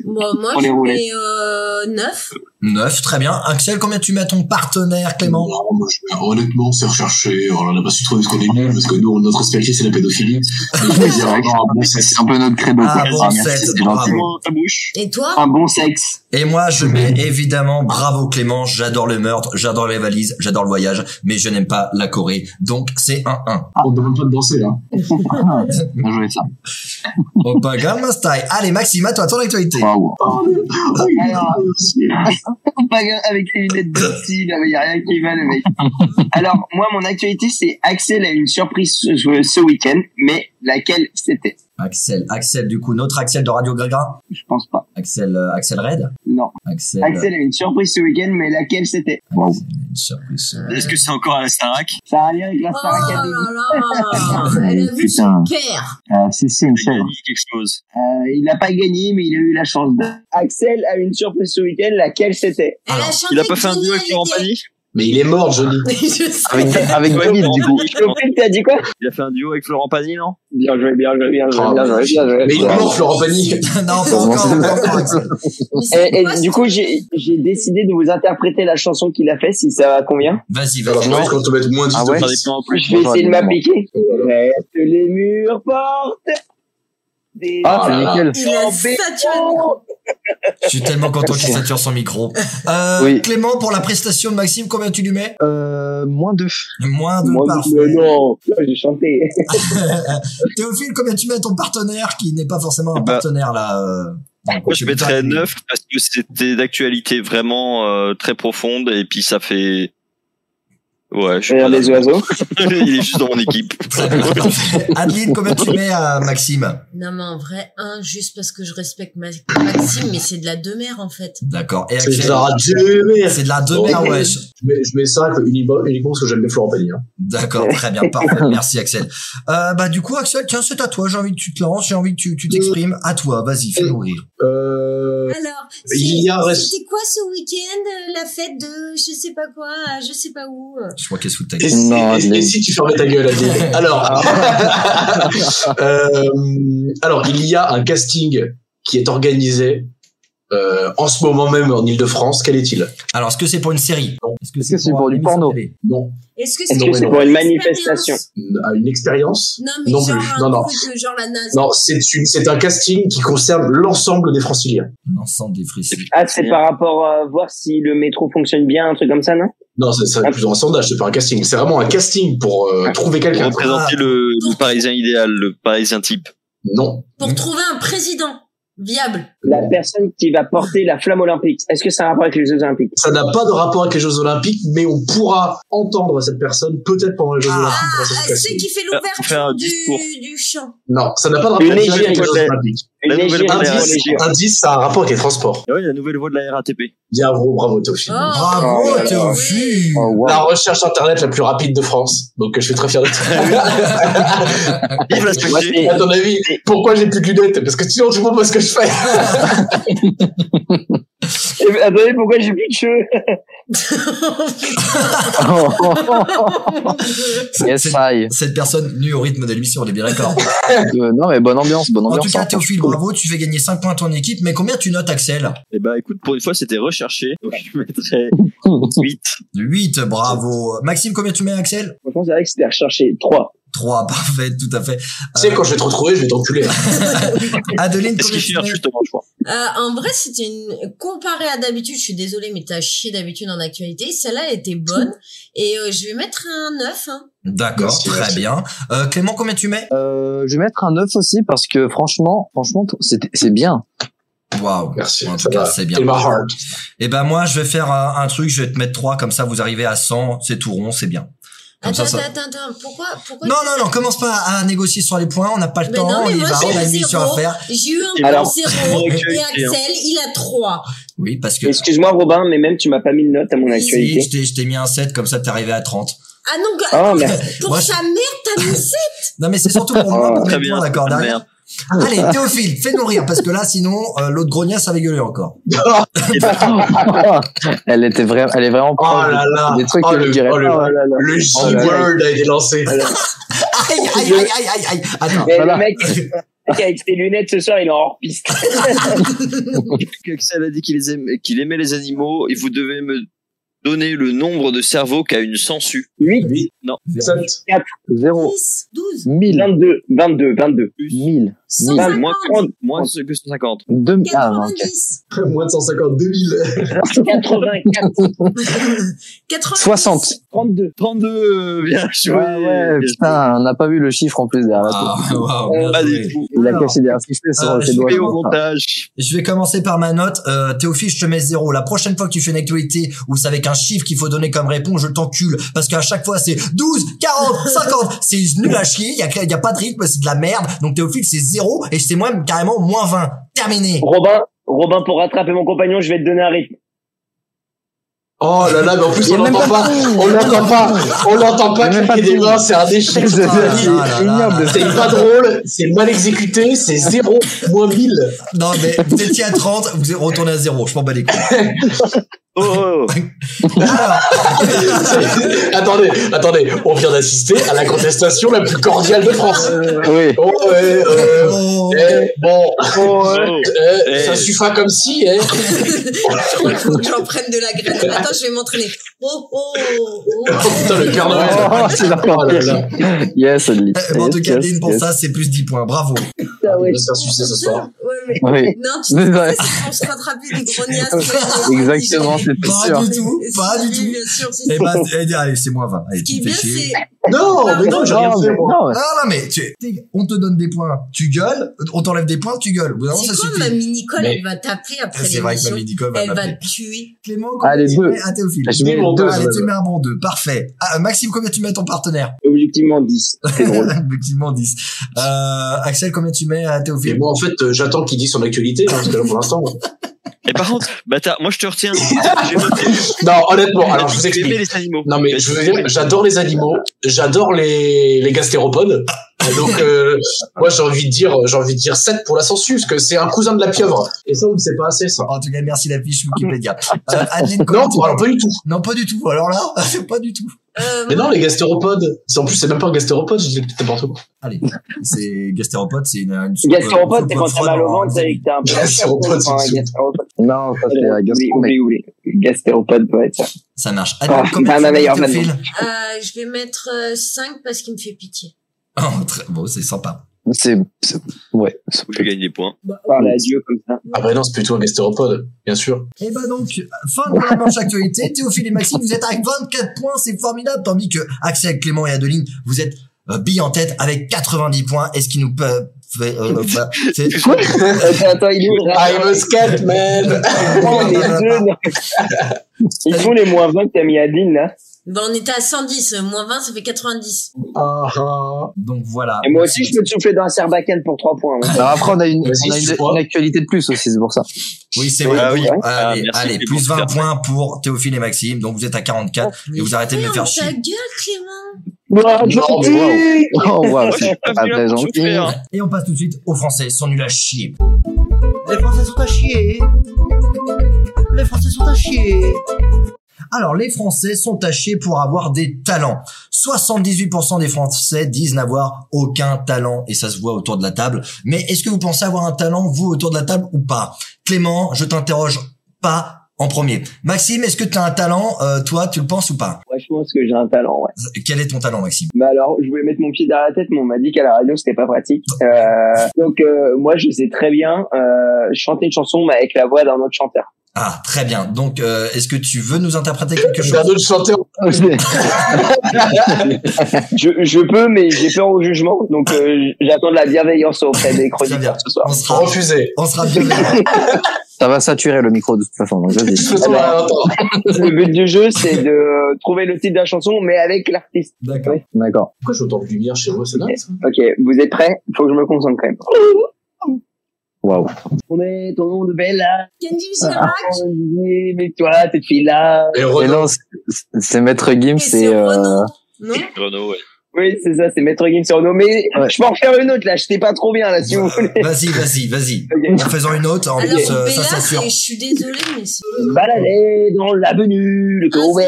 [SPEAKER 4] Moi, moi,
[SPEAKER 10] Pour les
[SPEAKER 4] je
[SPEAKER 10] roulettes.
[SPEAKER 4] mets, euh, neuf.
[SPEAKER 2] 9, très bien. Axel, combien tu mets à ton partenaire, Clément
[SPEAKER 6] Non, moi, je- honnêtement, c'est recherché. Alors, on n'a pas su trouver ce qu'on est nul, parce que nous, notre spécialité, c'est la pédophilie. Mais je veux dire,
[SPEAKER 9] vrai que-
[SPEAKER 6] non, bon, c'est
[SPEAKER 9] C'est un peu notre credo.
[SPEAKER 2] Ah,
[SPEAKER 9] quoi.
[SPEAKER 2] bon,
[SPEAKER 9] merci,
[SPEAKER 2] sept,
[SPEAKER 9] c'est
[SPEAKER 2] bravo.
[SPEAKER 9] gentil.
[SPEAKER 5] Ta bouche.
[SPEAKER 4] Et toi?
[SPEAKER 10] Un bon sexe.
[SPEAKER 2] Et moi, je mets évidemment bravo Clément, j'adore le meurtre, j'adore les valises, j'adore le voyage, mais je n'aime pas la Corée. Donc, c'est un 1.
[SPEAKER 6] on ne demande pas de danser, hein. là.
[SPEAKER 9] Ah, Bien joué, ça.
[SPEAKER 2] Opa, Gangnam Style. Allez, Maxime, à toi, ton actualité.
[SPEAKER 9] Waouh.
[SPEAKER 10] Alors, pas grave, avec ses lunettes de style, il n'y a rien qui va, le mec. Alors, moi, mon actualité, c'est Axel a une surprise ce, ce week-end, mais laquelle c'était
[SPEAKER 2] Axel, Axel, du coup, notre Axel de Radio Grégra.
[SPEAKER 10] Je pense pas.
[SPEAKER 2] Axel, euh, Axel Red.
[SPEAKER 10] Non.
[SPEAKER 9] Eh ben.
[SPEAKER 2] Axel. euh,
[SPEAKER 10] Axel a une surprise ce week-end, mais laquelle c'était
[SPEAKER 9] Waouh.
[SPEAKER 2] Une surprise.
[SPEAKER 5] Est-ce que c'est encore à la Starac
[SPEAKER 10] Ça a un lien avec
[SPEAKER 8] Ah,
[SPEAKER 10] la
[SPEAKER 4] Oh
[SPEAKER 10] Star
[SPEAKER 4] là
[SPEAKER 10] Academy.
[SPEAKER 4] là! Elle a vu son
[SPEAKER 9] Putain.
[SPEAKER 4] père.
[SPEAKER 9] Euh, c'est c'est une
[SPEAKER 5] J'ai
[SPEAKER 9] chaîne.
[SPEAKER 5] gagné quelque chose.
[SPEAKER 10] Euh, il n'a pas gagné, mais il a eu la chance. de- Axel a une surprise ce week-end, laquelle c'était
[SPEAKER 4] Elle a
[SPEAKER 2] Alors,
[SPEAKER 4] chanté
[SPEAKER 5] Il a pas fait un duo avec
[SPEAKER 4] Johnny
[SPEAKER 5] Laurent
[SPEAKER 4] Hallyday.
[SPEAKER 5] Pagny
[SPEAKER 6] Mais il est mort, Johnny.
[SPEAKER 4] Je
[SPEAKER 8] Ah,
[SPEAKER 4] sais.
[SPEAKER 10] Avec, avec
[SPEAKER 5] Ouais,
[SPEAKER 10] David,
[SPEAKER 5] Florent
[SPEAKER 10] du coup.
[SPEAKER 5] Pagny, je crois.
[SPEAKER 8] Clotilde, t'as dit quoi
[SPEAKER 5] Il a fait un duo avec Florent Pagny, non
[SPEAKER 8] Bien joué, bien joué, bien joué, bien joué, bien joué.
[SPEAKER 6] Mais il est mort, Florent Pagny.
[SPEAKER 2] non, pas encore. pas encore.
[SPEAKER 4] Mais
[SPEAKER 10] Eh,
[SPEAKER 4] c'est
[SPEAKER 8] Et,
[SPEAKER 4] quoi
[SPEAKER 8] et du
[SPEAKER 4] ce
[SPEAKER 8] coup,
[SPEAKER 4] truc
[SPEAKER 8] j'ai j'ai décidé de vous interpréter la chanson qu'il a fait, si ça convient.
[SPEAKER 2] Vas-y,
[SPEAKER 6] Alors,
[SPEAKER 2] vas-y.
[SPEAKER 6] je pense qu'on te mette moins de
[SPEAKER 10] Ah
[SPEAKER 6] 10
[SPEAKER 10] ouais
[SPEAKER 5] Faire des plans en plus.
[SPEAKER 8] Je vais essayer de m'appliquer. Reste les murs portent des
[SPEAKER 10] Ah,
[SPEAKER 6] Oh là
[SPEAKER 10] c'est
[SPEAKER 6] là.
[SPEAKER 10] nickel.
[SPEAKER 4] Il a saturé le micro.
[SPEAKER 2] Je suis tellement content qu'il sature son micro. Euh,
[SPEAKER 10] Oui.
[SPEAKER 2] Clément, pour la prestation de Maxime, combien tu lui mets
[SPEAKER 10] Euh, moins deux.
[SPEAKER 2] Moins de
[SPEAKER 8] Moi,
[SPEAKER 2] parfait.
[SPEAKER 8] mais non, Là, j'ai chanté.
[SPEAKER 2] Théophile, combien tu mets à ton partenaire qui n'est pas forcément un
[SPEAKER 5] Bah,
[SPEAKER 2] partenaire là euh,
[SPEAKER 5] Moi, je mettrais 9 parce que c'était d'actualité vraiment euh, très profonde et puis ça fait. Ouais, je suis
[SPEAKER 8] Rire
[SPEAKER 5] pas
[SPEAKER 8] des
[SPEAKER 5] d'accord.
[SPEAKER 8] oiseaux.
[SPEAKER 5] Il est juste dans mon équipe.
[SPEAKER 2] Très bien, parfait. Adeline, combien tu mets à Maxime
[SPEAKER 4] Non, mais en vrai, un, juste parce que je respecte Ma- Maxime, mais c'est de la demeure, en fait.
[SPEAKER 2] D'accord. Et
[SPEAKER 6] C'est
[SPEAKER 2] Axel
[SPEAKER 6] de la radio, merde.
[SPEAKER 2] C'est de la demeure,
[SPEAKER 6] Ouais.
[SPEAKER 2] wesh.
[SPEAKER 6] Je mets, je mets 5 uniquement uniquement parce que j'aime bien Florent Pagny. hein.
[SPEAKER 2] D'accord, très bien, parfait. Merci Axel. Euh, bah du coup Axel, tiens, c'est à toi. J'ai envie que tu te lances, j'ai envie que tu tu t'exprimes. À toi, vas-y, fais-nous rire.
[SPEAKER 6] Euh,
[SPEAKER 4] Alors,
[SPEAKER 6] il y a
[SPEAKER 4] c'est-
[SPEAKER 6] reste-
[SPEAKER 4] c'était quoi ce week-end euh, La fête de je sais pas quoi, à je sais pas où euh.
[SPEAKER 2] Je crois qu'elle se fout de ta
[SPEAKER 6] et,
[SPEAKER 2] gueule.
[SPEAKER 6] si,
[SPEAKER 10] Non,
[SPEAKER 6] et-
[SPEAKER 10] je l'ai-
[SPEAKER 6] et si tu fermais ta gueule, Adeline Alors, euh, alors, il y a un casting qui est organisé euh, en ce moment même en Ile-de-France. Quel est-il
[SPEAKER 2] Alors, est-ce que c'est pour une série Est-ce que
[SPEAKER 10] c'est pour
[SPEAKER 2] un
[SPEAKER 10] du
[SPEAKER 2] émission
[SPEAKER 10] porno
[SPEAKER 2] télé
[SPEAKER 6] Non,
[SPEAKER 4] Est-ce que
[SPEAKER 8] Est-ce
[SPEAKER 4] c'est
[SPEAKER 6] que c'est
[SPEAKER 8] pour une
[SPEAKER 4] expérience
[SPEAKER 8] manifestation
[SPEAKER 6] à une expérience
[SPEAKER 4] Non, mais
[SPEAKER 6] Non
[SPEAKER 4] genre,
[SPEAKER 6] plus.
[SPEAKER 4] un
[SPEAKER 6] Non, non.
[SPEAKER 4] truc de genre la NASA.
[SPEAKER 6] Non, c'est une- c'est un casting qui concerne l'ensemble des franciliens.
[SPEAKER 2] L'ensemble des frisses.
[SPEAKER 8] Ah, c'est par rapport à voir si le métro fonctionne bien, un truc comme ça, non
[SPEAKER 6] Non, c'est c'est plus un sondage, c'est pas un casting. C'est vraiment un casting pour euh, trouver quelqu'un.
[SPEAKER 5] Représenter le, le Parisien idéal, le Parisien type.
[SPEAKER 6] Non.
[SPEAKER 4] Pour trouver un président viable.
[SPEAKER 8] La personne qui va porter la flamme olympique. Est-ce que ça a un rapport avec les Jeux olympiques
[SPEAKER 6] Ça n'a pas de rapport avec les Jeux Olympiques, mais on pourra entendre cette personne peut-être pendant les Jeux
[SPEAKER 2] Ah.
[SPEAKER 6] Olympiques. grâce à ce
[SPEAKER 4] Ah,
[SPEAKER 6] casting.
[SPEAKER 4] c'est qui fait
[SPEAKER 5] Faire un
[SPEAKER 4] l'ouverture
[SPEAKER 5] discours.
[SPEAKER 4] du, du champ.
[SPEAKER 6] Non, ça n'a pas de rapport
[SPEAKER 8] Une
[SPEAKER 6] direct avec les
[SPEAKER 8] égérie.
[SPEAKER 6] Jeux Olympiques.
[SPEAKER 8] Une
[SPEAKER 5] La nouvelle
[SPEAKER 8] égérie
[SPEAKER 5] bannière,
[SPEAKER 8] pour les
[SPEAKER 6] Indice,
[SPEAKER 8] Jeux.
[SPEAKER 6] indice, ça a un rapport avec les transports.
[SPEAKER 5] Ah oui, la nouvelle voie de la RATP.
[SPEAKER 6] Bien, gros, bravo, Théophile.
[SPEAKER 2] Bravo, Ah,
[SPEAKER 10] Oh là là.
[SPEAKER 2] Théophile
[SPEAKER 10] Oh, wow.
[SPEAKER 5] Ah,
[SPEAKER 6] La recherche internet la plus rapide de France. Donc, je suis très fier de toi.
[SPEAKER 5] Vive la
[SPEAKER 6] Moi,
[SPEAKER 5] spectacle.
[SPEAKER 6] c'est- à ton avis, pourquoi j'ai plus de lunettes Parce que sinon, je vois pas ce que je fais.
[SPEAKER 8] Eh, Attendez, pourquoi j'ai plus de cheveux
[SPEAKER 10] yes, I.
[SPEAKER 2] Cette personne nue au rythme de l'émission, on est bien d'accord.
[SPEAKER 10] Euh, non, mais bonne ambiance, bonne
[SPEAKER 2] en
[SPEAKER 10] ambiance.
[SPEAKER 2] tout cas,
[SPEAKER 10] hein,
[SPEAKER 2] Théophile,
[SPEAKER 10] franchement,
[SPEAKER 2] bravo, tu fais gagner 5 points à ton équipe, mais combien tu notes, Axel
[SPEAKER 5] Eh ben, écoute, pour une fois, c'était recherché. Donc, je mettrais 8.
[SPEAKER 2] 8, bravo. Maxime, combien tu mets, Axel
[SPEAKER 8] Franchement, c'est vrai que c'était recherché. Trois.
[SPEAKER 2] 3, parfait, tout à fait.
[SPEAKER 6] tu sais, quand je vais te retrouver, je vais t'enculer.
[SPEAKER 2] Adeline,
[SPEAKER 5] Est-ce
[SPEAKER 2] combien
[SPEAKER 5] qu'il
[SPEAKER 2] tu
[SPEAKER 5] cherche
[SPEAKER 2] mets
[SPEAKER 5] justement, je crois
[SPEAKER 4] Euh, en vrai, c'était une comparée à d'habitude. Je suis désolée, mais t'as chié d'habitude en actualité. Celle-là elle était bonne et euh, je vais mettre un 9. Hein.
[SPEAKER 2] D'accord,
[SPEAKER 6] Merci,
[SPEAKER 2] très
[SPEAKER 6] merci.
[SPEAKER 2] bien. Euh, Clément, combien tu mets
[SPEAKER 10] Euh, je vais mettre un 9 aussi parce que franchement, franchement, c'était- c'est bien.
[SPEAKER 2] Waouh.
[SPEAKER 6] Merci.
[SPEAKER 2] En
[SPEAKER 6] ça
[SPEAKER 2] tout cas,
[SPEAKER 6] va.
[SPEAKER 2] c'est bien.
[SPEAKER 6] In my heart.
[SPEAKER 2] Et ben moi, je vais faire un, un truc, je vais te mettre 3, comme ça vous arrivez à 100, c'est tout rond, c'est bien. Comme
[SPEAKER 4] Attends,
[SPEAKER 2] ça, ça-
[SPEAKER 4] attends, attends, attends. Pourquoi, pourquoi
[SPEAKER 2] Non, non, non, commence pas à négocier sur les points, on n'a pas le
[SPEAKER 4] Mais
[SPEAKER 2] temps,
[SPEAKER 4] non,
[SPEAKER 2] on
[SPEAKER 4] mais
[SPEAKER 2] y
[SPEAKER 4] moi,
[SPEAKER 2] va,
[SPEAKER 4] j'ai
[SPEAKER 2] on a
[SPEAKER 4] le
[SPEAKER 2] une mission à
[SPEAKER 4] zéro.
[SPEAKER 2] faire.
[SPEAKER 4] J'ai eu un
[SPEAKER 8] Alors,
[SPEAKER 4] point zéro
[SPEAKER 5] ok,
[SPEAKER 4] et
[SPEAKER 5] ok,
[SPEAKER 4] Axel, il a 3.
[SPEAKER 2] Oui, parce que
[SPEAKER 8] Excuse-moi, Robin, mais même tu m'as pas mis de note à mon
[SPEAKER 2] si,
[SPEAKER 8] actualité.
[SPEAKER 2] je t'ai- je t'ai mis un 7, comme ça t'es arrivé à 30.
[SPEAKER 4] Ah non, que-
[SPEAKER 8] Oh, merde.
[SPEAKER 4] pour
[SPEAKER 2] Moi, je-
[SPEAKER 4] sa mère, t'as mis ça
[SPEAKER 2] Non, mais c'est surtout pour moi,
[SPEAKER 8] Oh,
[SPEAKER 2] pour
[SPEAKER 5] Très
[SPEAKER 2] les
[SPEAKER 5] bien.
[SPEAKER 2] points, d'accord,
[SPEAKER 5] Ah,
[SPEAKER 2] derrière.
[SPEAKER 5] merde.
[SPEAKER 2] Allez, Théophile, fais-nous rire, parce que là, sinon, euh, l'autre grognasse avait gueulé encore.
[SPEAKER 10] elle était vraiment, elle est vraiment
[SPEAKER 6] Oh
[SPEAKER 10] proche
[SPEAKER 6] là là.
[SPEAKER 10] des trucs
[SPEAKER 6] Oh
[SPEAKER 10] que je
[SPEAKER 6] le,
[SPEAKER 10] dirais
[SPEAKER 6] oh le,
[SPEAKER 10] pas.
[SPEAKER 6] le
[SPEAKER 10] Oh là là.
[SPEAKER 6] G-word a été lancé.
[SPEAKER 2] Aïe, aïe, aïe, aïe, aïe, aïe. Attends.
[SPEAKER 8] Mais
[SPEAKER 10] Voilà.
[SPEAKER 8] le mec, le mec avec ses lunettes ce soir, il est en hors piste.
[SPEAKER 5] Axel a dit qu'il les aimait, qu'il aimait les animaux et vous devez me donner le nombre de cerveaux qu'a une sangsue.
[SPEAKER 8] 8,
[SPEAKER 6] Sept.
[SPEAKER 10] 0,
[SPEAKER 4] 10, 12,
[SPEAKER 10] 1000,
[SPEAKER 8] 22, 22, 22.
[SPEAKER 10] 1000, 1000,
[SPEAKER 4] 150,
[SPEAKER 5] Moins, que- moins que 150.
[SPEAKER 10] 2000. Ah, non, ok.
[SPEAKER 4] 90,
[SPEAKER 6] Moins de 150, 2000.
[SPEAKER 8] 84,
[SPEAKER 4] 90,
[SPEAKER 10] 60.
[SPEAKER 8] 32.
[SPEAKER 5] 32, bien joué.
[SPEAKER 10] Ah Ouais, ouais,
[SPEAKER 5] Bien
[SPEAKER 10] putain, on n'a pas vu le chiffre en plus derrière la tour.
[SPEAKER 2] Ah, waouh,
[SPEAKER 6] Euh,
[SPEAKER 5] joué.
[SPEAKER 2] bien
[SPEAKER 5] Pas
[SPEAKER 2] joué.
[SPEAKER 5] du tout.
[SPEAKER 10] Il a
[SPEAKER 2] Alors,
[SPEAKER 10] caché derrière ce qu'il fait sur
[SPEAKER 2] euh, je
[SPEAKER 10] ses doigts.
[SPEAKER 5] Et au
[SPEAKER 10] Enfin,
[SPEAKER 5] montage.
[SPEAKER 2] Je vais commencer par ma note. Euh, Théophile, je te mets zéro. La prochaine fois que tu fais une actualité où c'est avec un chiffre qu'il faut donner comme réponse, je t'encule. Parce qu'à chaque fois, c'est 12, 40, 50. C'est nul à chier. Il y a, y a pas de rythme. C'est de la merde. Donc Théophile, c'est zéro. Et c'est moi, carrément, moins 20. Terminé.
[SPEAKER 8] Robin, Robin, pour rattraper mon compagnon, je vais te donner un rythme.
[SPEAKER 6] Oh là là, mais en plus, on l'entend pas. On l'entend pas. On l'entend pas
[SPEAKER 10] Il y a même pas
[SPEAKER 6] claquer
[SPEAKER 10] de
[SPEAKER 6] des
[SPEAKER 10] bruit.
[SPEAKER 6] mains. C'est un déchet.
[SPEAKER 10] C'est
[SPEAKER 2] là là
[SPEAKER 10] c'est ignoble.
[SPEAKER 2] là.
[SPEAKER 6] C'est pas drôle. C'est mal exécuté. C'est 0 moins 1000.
[SPEAKER 2] Non, mais vous étiez à 30, vous êtes retourné à zéro. Je m'en bats les couilles.
[SPEAKER 5] Oh,
[SPEAKER 6] attendez, attendez, on vient d'assister à la contestation la plus cordiale de France.
[SPEAKER 10] Oui.
[SPEAKER 6] Oh, ouais, euh,
[SPEAKER 2] Oh.
[SPEAKER 6] eh, bon,
[SPEAKER 5] oh, oh.
[SPEAKER 6] eh,
[SPEAKER 5] Eh.
[SPEAKER 6] ça suffit comme si, eh.
[SPEAKER 4] Faut que j'en prenne de la graine. Attends, je vais m'entraîner. Oh, oh, oh.
[SPEAKER 6] Oh, putain, le Père Noël.
[SPEAKER 10] Oh, c'est encore
[SPEAKER 6] Oh là
[SPEAKER 10] pire.
[SPEAKER 6] là.
[SPEAKER 10] Yes, Adeline.
[SPEAKER 2] Eh, bon, en
[SPEAKER 10] Yes,
[SPEAKER 2] tout cas,
[SPEAKER 10] yes,
[SPEAKER 2] Dean, pour
[SPEAKER 10] yes.
[SPEAKER 2] ça, c'est plus 10 points. Bravo.
[SPEAKER 9] Ah ouais.
[SPEAKER 6] On va se faire sucer ce soir.
[SPEAKER 4] Ouais, mais...
[SPEAKER 10] Oui.
[SPEAKER 4] Non, tu
[SPEAKER 10] C'est vrai.
[SPEAKER 4] sais, c'est pour se rattraper euh, des grognasses. ouais.
[SPEAKER 10] Exactement, c'est
[SPEAKER 2] Pas
[SPEAKER 10] sûr.
[SPEAKER 2] du tout. Pas
[SPEAKER 4] Si,
[SPEAKER 2] du tout.
[SPEAKER 4] Bien sûr, si,
[SPEAKER 2] Eh
[SPEAKER 4] si.
[SPEAKER 2] ben, eh, allez, c'est moins 20. Allez,
[SPEAKER 4] Ce qui est
[SPEAKER 2] tu me
[SPEAKER 4] bien,
[SPEAKER 2] fais chier. Oh,
[SPEAKER 4] c'est
[SPEAKER 6] Non, mais non, j'ai rien
[SPEAKER 10] Non,
[SPEAKER 6] fait,
[SPEAKER 10] mais-
[SPEAKER 6] moi.
[SPEAKER 10] non,
[SPEAKER 2] Ah non, mais tu, t'es- on te donne des points, tu gueules, on t'enlève des points, tu gueules. Au bout d'un moment, ça
[SPEAKER 4] C'est quoi,
[SPEAKER 2] suffit.
[SPEAKER 4] mamie Nicole,
[SPEAKER 6] Mais-
[SPEAKER 4] elle va t'appeler après
[SPEAKER 2] Ah, C'est vrai que
[SPEAKER 4] l'émission.
[SPEAKER 2] Mamie Nicole va
[SPEAKER 4] Elle va
[SPEAKER 2] m'appeler.
[SPEAKER 4] te tuer.
[SPEAKER 2] Clément,
[SPEAKER 9] Ah,
[SPEAKER 10] Allez,
[SPEAKER 2] tu
[SPEAKER 10] deux.
[SPEAKER 2] mets à Théophile ah,
[SPEAKER 10] je mets
[SPEAKER 6] Bon,
[SPEAKER 10] deux.
[SPEAKER 6] bah,
[SPEAKER 2] Allez,
[SPEAKER 6] ouais,
[SPEAKER 2] tu mets un bon 2, parfait. Ah, Maxime, combien tu mets à ton partenaire
[SPEAKER 9] Objectivement 10. C'est drôle.
[SPEAKER 2] Effectivement, 10. Euh, Axel, combien tu mets à
[SPEAKER 6] Mais
[SPEAKER 2] Théophile
[SPEAKER 6] moi, en fait, euh, j'attends qu'il dise son actualité, hein, parce que là, pour l'instant.
[SPEAKER 5] Et par contre, bâtard, moi je te retiens. J'ai noté-
[SPEAKER 6] Non, honnêtement, alors je vous
[SPEAKER 5] j'ai aimé
[SPEAKER 6] explique.
[SPEAKER 5] les animaux.
[SPEAKER 6] Non, mais je veux dire, j'adore les animaux, j'adore les, les gastéropodes. Donc, euh, moi, j'ai envie de dire, j'ai envie de dire 7 pour la sangsue, parce que c'est un cousin de la pieuvre. Et ça, on ne sait pas assez, ça.
[SPEAKER 2] En tout cas, merci la fiche Wikipédia. Euh, Adeline, combien
[SPEAKER 6] Non,
[SPEAKER 2] tu mets
[SPEAKER 6] alors pas du tout.
[SPEAKER 2] Non, pas du tout. Alors là, pas du tout.
[SPEAKER 4] Euh,
[SPEAKER 6] Mais non, les gastéropodes. c'est- En plus, c'est même pas un gastéropode, je dis n'importe quoi.
[SPEAKER 2] Allez, c'est gastéropode, c'est une, une soupe,
[SPEAKER 9] Gastéropode,
[SPEAKER 2] euh,
[SPEAKER 9] c'est
[SPEAKER 2] une
[SPEAKER 9] quand
[SPEAKER 2] soupe
[SPEAKER 9] t'as mal au
[SPEAKER 2] froide
[SPEAKER 9] ventre
[SPEAKER 2] en-
[SPEAKER 9] et que t'as un peu.
[SPEAKER 6] Gastéropode, c'est une
[SPEAKER 9] Enfin,
[SPEAKER 6] soupe.
[SPEAKER 9] gastéropode.
[SPEAKER 10] Non, ça c'est la
[SPEAKER 9] Oublie,
[SPEAKER 10] Gaston.
[SPEAKER 9] oublie,
[SPEAKER 10] mais-
[SPEAKER 9] oublie. Gastéropode peut être ça.
[SPEAKER 2] Ça marche. Adeline,
[SPEAKER 9] Ah,
[SPEAKER 2] combien
[SPEAKER 9] bah,
[SPEAKER 2] tu
[SPEAKER 9] ma
[SPEAKER 2] mets à
[SPEAKER 9] meilleure
[SPEAKER 2] Théophile
[SPEAKER 4] euh, je vais mettre 5 parce qu'il me fait pitié.
[SPEAKER 2] Oh, très- Bon, c'est sympa.
[SPEAKER 10] C'est, c'est- ouais. c'est-
[SPEAKER 5] Je gagne des points.
[SPEAKER 4] Ah,
[SPEAKER 2] Bah,
[SPEAKER 4] Bah,
[SPEAKER 9] Parle à Dieu comme ça.
[SPEAKER 6] Ah, bah non, c'est plutôt un gastéropode, bien sûr.
[SPEAKER 2] Et ben donc, fin de la manche actualité. Théophile et Maxime, vous êtes avec 24 points, c'est formidable. Tandis que Axel, Clément et Adeline, vous êtes euh, billes en tête avec 90 points. Est-ce qui nous peut... fait, euh, bah, c'est-
[SPEAKER 9] Attends, Euh, attends, il est où le
[SPEAKER 6] I'm a scat,
[SPEAKER 2] euh,
[SPEAKER 6] man!
[SPEAKER 9] rapport des deux, non Ils font les moins 20 que t'as mis Adeline là.
[SPEAKER 4] Bon, on était à 110, euh, moins 20, ça fait 90.
[SPEAKER 6] Ah, ah.
[SPEAKER 2] donc voilà.
[SPEAKER 9] Et moi aussi, je peux te souffler dans un serbacane pour 3 points. moi.
[SPEAKER 10] Alors après, on a une,
[SPEAKER 6] Vas-y,
[SPEAKER 10] on a une,
[SPEAKER 6] je crois.
[SPEAKER 10] une actualité de plus aussi, c'est pour ça.
[SPEAKER 2] Oui, c'est vrai.
[SPEAKER 5] Ah oui. Ah,
[SPEAKER 2] Allez,
[SPEAKER 5] merci,
[SPEAKER 2] allez,
[SPEAKER 5] Clément.
[SPEAKER 2] plus 20 points pour Théophile et Maxime. Donc vous êtes à 44 et vous arrêtez de me
[SPEAKER 4] Merde,
[SPEAKER 2] faire
[SPEAKER 4] ta
[SPEAKER 2] chier.
[SPEAKER 4] gueule, Clément.
[SPEAKER 6] Non, mais
[SPEAKER 10] Oh, wow,
[SPEAKER 5] Moi je
[SPEAKER 10] c'est
[SPEAKER 5] suis pas venu
[SPEAKER 10] après,
[SPEAKER 5] là pour
[SPEAKER 10] j'en-
[SPEAKER 5] souffrir. hein.
[SPEAKER 2] Et on passe tout de suite aux Français, ils sont nuls à chier.
[SPEAKER 11] Les Français sont à chier. Les Français sont à chier.
[SPEAKER 2] Alors, les Français sont tachés pour avoir des talents. 78% des Français disent n'avoir aucun talent et ça se voit autour de la table. Mais est-ce que vous pensez avoir un talent, vous, autour de la table ou pas Clément, je t'interroge pas en premier. Maxime, est-ce que tu as un talent Euh, Toi, tu le penses ou pas
[SPEAKER 9] Ouais, je pense que j'ai un talent, ouais.
[SPEAKER 2] Quel est ton talent, Maxime
[SPEAKER 9] Mais alors, je voulais mettre mon pied derrière la tête, mais on m'a dit qu'à la radio, c'était pas pratique. Euh, donc, euh, moi, je sais très bien euh, chanter une chanson, mais avec la voix d'un autre chanteur.
[SPEAKER 2] Ah, très bien. Donc, euh, est-ce que tu veux nous interpréter quelque
[SPEAKER 6] J'ai un
[SPEAKER 2] chose
[SPEAKER 6] autre chanteur.
[SPEAKER 9] Je, je peux, mais j'ai peur au jugement, donc euh, j'attends de la bienveillance auprès des chroniqueurs ce soir.
[SPEAKER 2] On sera,
[SPEAKER 6] Refusé.
[SPEAKER 2] on sera bienveillants.
[SPEAKER 10] Ça va saturer le micro de toute façon, donc vas-y.
[SPEAKER 6] Je le sens là, attends.
[SPEAKER 9] Le but du jeu, c'est de trouver le titre de la chanson, mais avec l'artiste.
[SPEAKER 2] D'accord.
[SPEAKER 10] D'accord.
[SPEAKER 6] Pourquoi j'ai autant de lumière chez moi, c'est dingue, ça?
[SPEAKER 9] Ok, vous êtes prêts Faut que je me concentre quand même.
[SPEAKER 10] Waouh.
[SPEAKER 9] On est ton nom de Bella,
[SPEAKER 4] Candy
[SPEAKER 10] Ah,
[SPEAKER 4] Girac,
[SPEAKER 9] on dit, mais toi, cette fille-là.
[SPEAKER 6] Et
[SPEAKER 10] Et
[SPEAKER 6] Renaud.
[SPEAKER 10] non, c'est- c'est Maître Gims,
[SPEAKER 4] et
[SPEAKER 10] c'est,
[SPEAKER 4] c'est
[SPEAKER 10] euh,
[SPEAKER 4] Renaud. Non
[SPEAKER 5] Renaud, ouais.
[SPEAKER 9] Oui, c'est ça, c'est Maître Gims sur nommé.
[SPEAKER 10] Ouais.
[SPEAKER 9] Je peux en faire une autre, là, j'étais pas trop bien, là, si vous voulez.
[SPEAKER 2] Vas-y, vas-y, vas-y.
[SPEAKER 9] Ok.
[SPEAKER 2] En faisant une autre, en
[SPEAKER 4] Alors,
[SPEAKER 2] plus, euh, ça
[SPEAKER 4] Bella,
[SPEAKER 2] censure.
[SPEAKER 4] c'est- je suis désolée, mais c'est...
[SPEAKER 9] Balader dans l'avenue, le corps ouvert,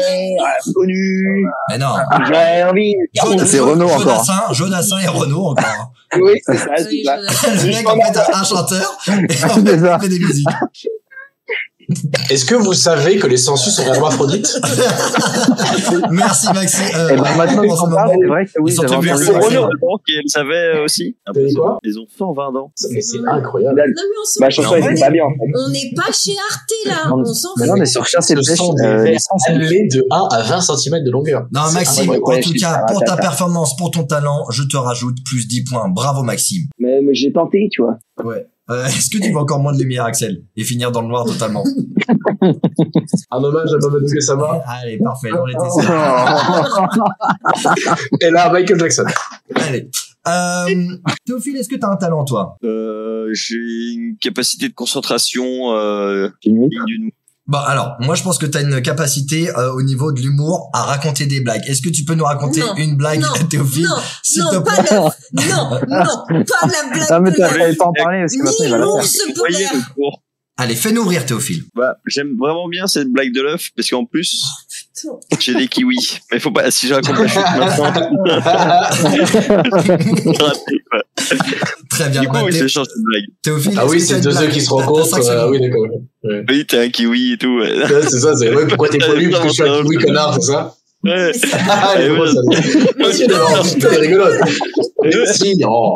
[SPEAKER 9] inconnu.
[SPEAKER 2] Mais non.
[SPEAKER 4] Ah,
[SPEAKER 9] J'ai envie.
[SPEAKER 2] Jonas-
[SPEAKER 10] c'est Renault encore.
[SPEAKER 2] Jodassin, Jodassin et Renault encore. hein.
[SPEAKER 9] Oui, c'est ça,
[SPEAKER 4] Oui,
[SPEAKER 9] c'est ça.
[SPEAKER 4] je-
[SPEAKER 2] Le mec en fait un chanteur et en fait,
[SPEAKER 10] Ah, C'est ça.
[SPEAKER 2] il fait des musiques.
[SPEAKER 6] Est-ce que vous savez que les sensus sont hermaphrodites?
[SPEAKER 2] Merci Maxime. Euh,
[SPEAKER 9] Eh
[SPEAKER 10] Et ben maintenant,
[SPEAKER 2] en ce
[SPEAKER 10] qu'on parle,
[SPEAKER 2] moment,
[SPEAKER 10] c'est vrai que oui,
[SPEAKER 2] Ils sont
[SPEAKER 10] j'avais
[SPEAKER 2] tous
[SPEAKER 10] entendu
[SPEAKER 2] bien
[SPEAKER 10] parler.
[SPEAKER 2] Renaud.
[SPEAKER 5] Renaud qu'elle savait euh, aussi.
[SPEAKER 6] T'as dit quoi
[SPEAKER 5] Ils ont 120 ans.
[SPEAKER 6] Mais c'est incroyable.
[SPEAKER 4] Non, mais on s'en
[SPEAKER 9] Ma chanson,
[SPEAKER 4] fout.
[SPEAKER 9] elle était pas bien. en fait.
[SPEAKER 4] On n'est pas chez Arte, là.
[SPEAKER 10] Non,
[SPEAKER 4] On s'en
[SPEAKER 10] Mais là,
[SPEAKER 4] fout.
[SPEAKER 10] on est sur chasse et
[SPEAKER 6] Le
[SPEAKER 10] pêche.
[SPEAKER 6] sang des
[SPEAKER 10] euh,
[SPEAKER 6] vers.
[SPEAKER 10] les sens-
[SPEAKER 6] Allez de 1 à 20 cm de longueur.
[SPEAKER 2] non
[SPEAKER 6] C'est
[SPEAKER 2] Maxime,
[SPEAKER 6] incroyable.
[SPEAKER 9] Ah, ouais,
[SPEAKER 2] en tout
[SPEAKER 9] je
[SPEAKER 2] cas,
[SPEAKER 9] suis
[SPEAKER 2] pour ta
[SPEAKER 9] tata.
[SPEAKER 2] performance, pour ton talent, je te rajoute plus 10 points. Bravo Maxime.
[SPEAKER 9] Mais, mais j'ai tenté, tu vois.
[SPEAKER 2] Ouais. Euh, Est-ce que tu veux encore moins de lumière Axel et finir dans le noir totalement
[SPEAKER 6] Un hommage à Mamadou Gassama.
[SPEAKER 2] Allez, parfait, j'en étais
[SPEAKER 10] Oh.
[SPEAKER 2] sûr.
[SPEAKER 6] Et là, Michael Jackson.
[SPEAKER 2] Allez. Euh, Théophile, est-ce que t'as un talent toi
[SPEAKER 5] Euh, J'ai une capacité de concentration euh,
[SPEAKER 10] Minuit.
[SPEAKER 5] digne d'une-
[SPEAKER 2] Bon Bah, alors, moi je pense que t'as une capacité euh, au niveau de l'humour à raconter des blagues. Est-ce que tu peux nous raconter
[SPEAKER 4] Non.
[SPEAKER 2] une blague
[SPEAKER 4] Non,
[SPEAKER 2] Théophile
[SPEAKER 4] non,
[SPEAKER 2] s'il te
[SPEAKER 4] non, pas
[SPEAKER 2] plaît.
[SPEAKER 4] la, non, non, pas la blague
[SPEAKER 10] Non, Ah, mais
[SPEAKER 4] polaire.
[SPEAKER 10] t'avais pas en parler parce que maintenant,
[SPEAKER 4] Ni
[SPEAKER 10] il va la faire.
[SPEAKER 4] l'ours
[SPEAKER 5] Voyez
[SPEAKER 4] polaire.
[SPEAKER 5] le cours.
[SPEAKER 2] Allez, fais-nous rire, Théophile.
[SPEAKER 5] Bah, j'aime vraiment bien cette blague de l'œuf parce qu'en plus, j'ai des kiwis. Mais faut pas, si je raconte la chute maintenant, je raté, quoi.
[SPEAKER 2] Très bien.
[SPEAKER 5] Du coup,
[SPEAKER 2] Bah,
[SPEAKER 5] oui,
[SPEAKER 2] Thé-
[SPEAKER 5] c'est chiant cette blague.
[SPEAKER 2] Théophile.
[SPEAKER 6] Ah oui,
[SPEAKER 2] est-ce que t'as
[SPEAKER 6] c'est deux
[SPEAKER 2] une
[SPEAKER 6] œufs
[SPEAKER 2] blague
[SPEAKER 6] qui se
[SPEAKER 2] T'as- t'as
[SPEAKER 6] rencontrent.
[SPEAKER 2] cinq
[SPEAKER 6] euh,
[SPEAKER 2] secondes.
[SPEAKER 6] oui, d'accord.
[SPEAKER 5] Oui, t'es un kiwi et tout. Ouais.
[SPEAKER 6] Ouais, c'est ça, c'est ouais, pourquoi t'es pas lui parce que je suis un kiwi connard, c'est ça
[SPEAKER 5] Ouais.
[SPEAKER 6] Ah, elle est
[SPEAKER 5] Ouais,
[SPEAKER 6] drôle, ça. Ah, si, elle est marrante, putain, elle est rigolote. Si, oh.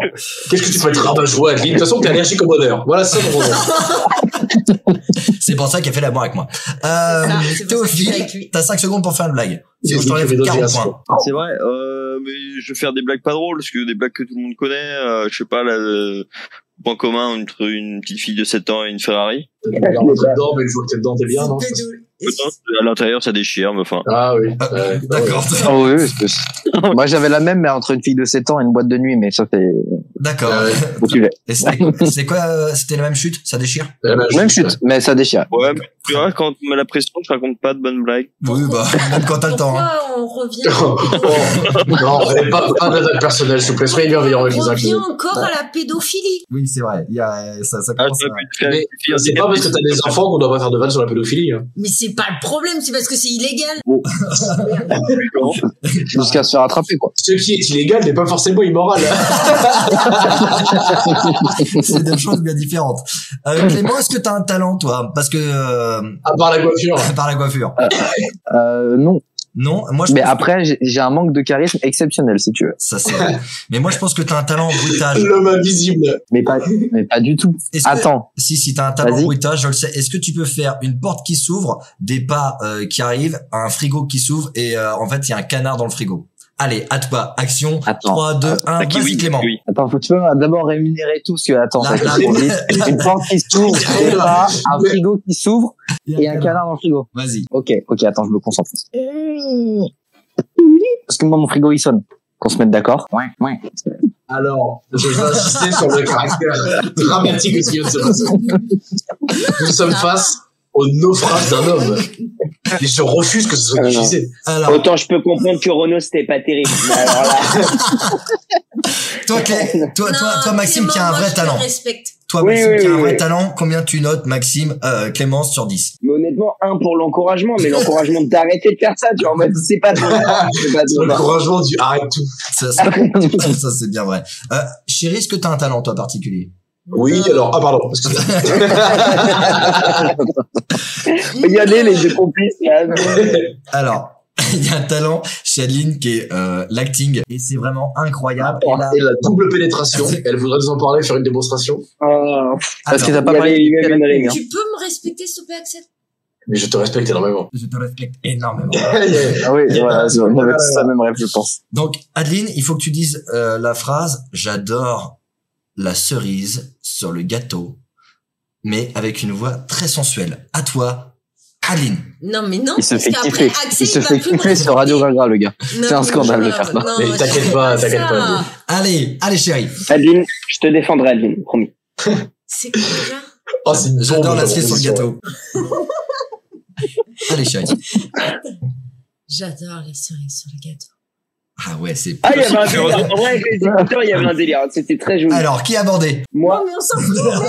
[SPEAKER 6] Qu'est-ce que tu peux être rabat-joie, Adeline De toute façon, t'es allergique au bonheur. Voilà, c'est ça mon bonheur.
[SPEAKER 2] C'est pour ça qu'elle fait la boire avec moi. Euh,
[SPEAKER 4] C'est ça, c'est pour ça que je suis avec
[SPEAKER 2] Théophile,
[SPEAKER 4] lui.
[SPEAKER 2] t'as 5 secondes pour faire une blague. Sinon,
[SPEAKER 6] Oui,
[SPEAKER 2] je t'enlève
[SPEAKER 6] je vais
[SPEAKER 2] 40
[SPEAKER 6] donner un
[SPEAKER 2] points.
[SPEAKER 5] C'est vrai, euh, mais je vais faire des blagues pas drôles, parce que des blagues que tout le monde connaît, euh, je sais pas, là, euh, point commun entre une petite fille de 7 ans et une Ferrari.
[SPEAKER 6] Alors, on est dedans, mais une fois que t'es dedans, t'es bien, non
[SPEAKER 5] Peut-être, À l'intérieur, ça déchire, mais enfin.
[SPEAKER 6] Ah oui. ouais.
[SPEAKER 2] Euh, D'accord.
[SPEAKER 10] Ah oui, oui, c'est- c'est- Moi, j'avais la même, mais entre une fille de 7 ans et une boîte de nuit, mais ça, c'est
[SPEAKER 2] D'accord.
[SPEAKER 6] Ah ouais.
[SPEAKER 10] populaire.
[SPEAKER 2] Et c'était c'est quoi euh, C'était la même chute Ça déchire
[SPEAKER 6] Ouais, bah,
[SPEAKER 10] Même
[SPEAKER 6] je-
[SPEAKER 10] chute, mais ça déchire.
[SPEAKER 5] Ouais, mais tu vois, quand on met la pression, je raconte pas de bonnes blagues.
[SPEAKER 2] Oui, bah, même quand t'as le temps. hein.
[SPEAKER 4] Pourquoi on revient
[SPEAKER 6] Oh, non, allez, pas, pas d'attaque personnelle, s'il vous plaît. Soyez bienveillants
[SPEAKER 4] On
[SPEAKER 6] avec les
[SPEAKER 4] revient
[SPEAKER 6] inconnus.
[SPEAKER 4] encore à la pédophilie.
[SPEAKER 2] Oui, c'est vrai. Il y a, ça, ça
[SPEAKER 5] Ah,
[SPEAKER 2] commence
[SPEAKER 5] t'aurais
[SPEAKER 2] à-
[SPEAKER 5] pu te faire
[SPEAKER 6] Mais
[SPEAKER 5] une fille
[SPEAKER 6] c'est
[SPEAKER 5] handicapée.
[SPEAKER 6] pas parce que t'as des enfants qu'on doit pas faire de vannes sur la pédophilie. hein.
[SPEAKER 4] Mais c'est pas le problème, c'est parce que c'est illégal.
[SPEAKER 10] Jusqu'à se faire attraper, quoi.
[SPEAKER 6] Ce qui est illégal n'est pas forcément immoral. hein,
[SPEAKER 2] C'est deux choses bien différentes. Euh, Clément, est-ce que t'as un talent, toi Parce que euh,
[SPEAKER 6] À part la coiffure.
[SPEAKER 2] par la coiffure.
[SPEAKER 10] Euh, non.
[SPEAKER 2] Non, moi je
[SPEAKER 10] Mais
[SPEAKER 2] pense-
[SPEAKER 10] après, j'ai- j'ai un manque de charisme exceptionnel, si tu veux.
[SPEAKER 2] ça c'est. vrai. Mais moi je pense que t'as un talent en bruitage.
[SPEAKER 6] L'homme invisible.
[SPEAKER 10] Mais pas, mais pas du tout.
[SPEAKER 2] Est-ce que-
[SPEAKER 10] Attends.
[SPEAKER 2] Si si t'as un talent en
[SPEAKER 10] Vas-y.
[SPEAKER 2] bruitage, je le sais. Est-ce que tu peux faire une porte qui s'ouvre, des pas euh, qui arrivent, un frigo qui s'ouvre et euh, en fait il y a un canard dans le frigo. Allez, hâte pas, action.
[SPEAKER 10] Attends.
[SPEAKER 2] 3,
[SPEAKER 10] Ah,
[SPEAKER 2] 2, 1,
[SPEAKER 5] La
[SPEAKER 2] vas-y
[SPEAKER 5] kiwi,
[SPEAKER 2] Clément.
[SPEAKER 5] kiwi.
[SPEAKER 10] Attends, faut, tu peux d'abord rémunérer tout, parce que, attends,
[SPEAKER 2] Là,
[SPEAKER 10] ça
[SPEAKER 2] là.
[SPEAKER 10] fait trop vite. Une porte qui s'ouvre, des pas, un frigo qui s'ouvre,
[SPEAKER 2] Il y
[SPEAKER 10] et
[SPEAKER 2] a
[SPEAKER 10] un canard dans le frigo.
[SPEAKER 2] Vas-y.
[SPEAKER 10] Ok, ok, attends, je me concentre. Parce que moi, mon frigo, il sonne. Qu'on se mette d'accord. Ouais, ouais.
[SPEAKER 6] Alors, je veux insister sur le caractère dramatique de ce qui vient de se passer. Nous sommes face au naufrage d'un homme. Et je refuse que ce soit
[SPEAKER 9] Ah,
[SPEAKER 6] utilisé.
[SPEAKER 2] Alors
[SPEAKER 9] Autant je peux comprendre que Renault, c'était pas terrible. Mais alors là,
[SPEAKER 2] toi Clé, toi
[SPEAKER 4] Non,
[SPEAKER 2] toi toi Maxime
[SPEAKER 4] Clément,
[SPEAKER 2] qui a un
[SPEAKER 4] moi,
[SPEAKER 2] vrai
[SPEAKER 4] je te
[SPEAKER 2] talent.
[SPEAKER 4] respecte.
[SPEAKER 2] Toi
[SPEAKER 9] Oui,
[SPEAKER 2] Maxime
[SPEAKER 9] oui,
[SPEAKER 2] qui a un
[SPEAKER 9] oui,
[SPEAKER 2] vrai
[SPEAKER 9] oui.
[SPEAKER 2] talent, combien tu notes Maxime euh, Clémence sur 10
[SPEAKER 9] mais honnêtement, un pour l'encouragement, mais l'encouragement d'arrêter de faire ça, tu vois, en mode, c'est pas trop grave, c'est pas trop
[SPEAKER 6] C'est
[SPEAKER 9] grave.
[SPEAKER 6] l'encouragement du arrête tout.
[SPEAKER 2] Ça, ça, ça, c'est bien vrai. Euh, chérie, est-ce que t'as un talent, toi, particulier
[SPEAKER 4] Euh,
[SPEAKER 6] Oui, alors, ah pardon. parce que-
[SPEAKER 9] Regardez les deux complices, là.
[SPEAKER 2] Alors, il y a un talent chez Adeline qui est euh, l'acting, et c'est vraiment incroyable. Et là-
[SPEAKER 6] Et la double pénétration, elle voudrait nous en parler, faire une démonstration.
[SPEAKER 9] Oh,
[SPEAKER 10] Parce que
[SPEAKER 2] Attends,
[SPEAKER 10] t'as pas
[SPEAKER 9] Il y
[SPEAKER 10] parlé
[SPEAKER 9] avait- il y
[SPEAKER 10] du
[SPEAKER 9] avait une règle, hein.
[SPEAKER 4] Tu peux me respecter, s'il te plaît, Axel
[SPEAKER 6] Mais je te respecte énormément.
[SPEAKER 2] je te respecte énormément.
[SPEAKER 10] Ah oui, voilà, c'est- on avait tous la même rêve, je pense.
[SPEAKER 2] Donc, Adeline, il faut que tu dises euh, la phrase « J'adore la cerise sur le gâteau », mais avec une voix très sensuelle. À toi, Adeline.
[SPEAKER 4] Non, mais non.
[SPEAKER 10] Il se
[SPEAKER 4] parce
[SPEAKER 10] fait
[SPEAKER 4] qu'après,
[SPEAKER 10] kiffer.
[SPEAKER 4] Axel,
[SPEAKER 10] Il se
[SPEAKER 4] va
[SPEAKER 10] fait
[SPEAKER 4] plus me
[SPEAKER 10] kiffer sur Radio
[SPEAKER 4] respecter.
[SPEAKER 10] Vingra, le gars.
[SPEAKER 4] Non,
[SPEAKER 10] C'est un
[SPEAKER 4] mais
[SPEAKER 10] scandale de
[SPEAKER 4] non,
[SPEAKER 10] faire ça.
[SPEAKER 4] non,
[SPEAKER 6] Mais
[SPEAKER 4] mais
[SPEAKER 6] t'inquiète
[SPEAKER 4] c'est
[SPEAKER 6] pas, t'inquiète
[SPEAKER 4] ça.
[SPEAKER 6] pas.
[SPEAKER 2] Allez, allez, chérie.
[SPEAKER 9] Adeline, je te défendrai, Adeline, promis.
[SPEAKER 4] C'est quoi déjà
[SPEAKER 6] Oh, c'est une
[SPEAKER 2] J'adore
[SPEAKER 6] bombe,
[SPEAKER 2] la
[SPEAKER 6] la
[SPEAKER 2] cerise sur le
[SPEAKER 6] proposition.
[SPEAKER 2] gâteau. allez, chérie.
[SPEAKER 4] J'adore les cerises sur le gâteau.
[SPEAKER 2] Ah ouais, c'est...
[SPEAKER 9] Ah, il y avait un délire. En vrai, avec les écouteurs, il y avait un délire. C'était très joli.
[SPEAKER 2] Alors, qui a abordé
[SPEAKER 9] Moi,
[SPEAKER 4] Non, mais on s'en fout. merde.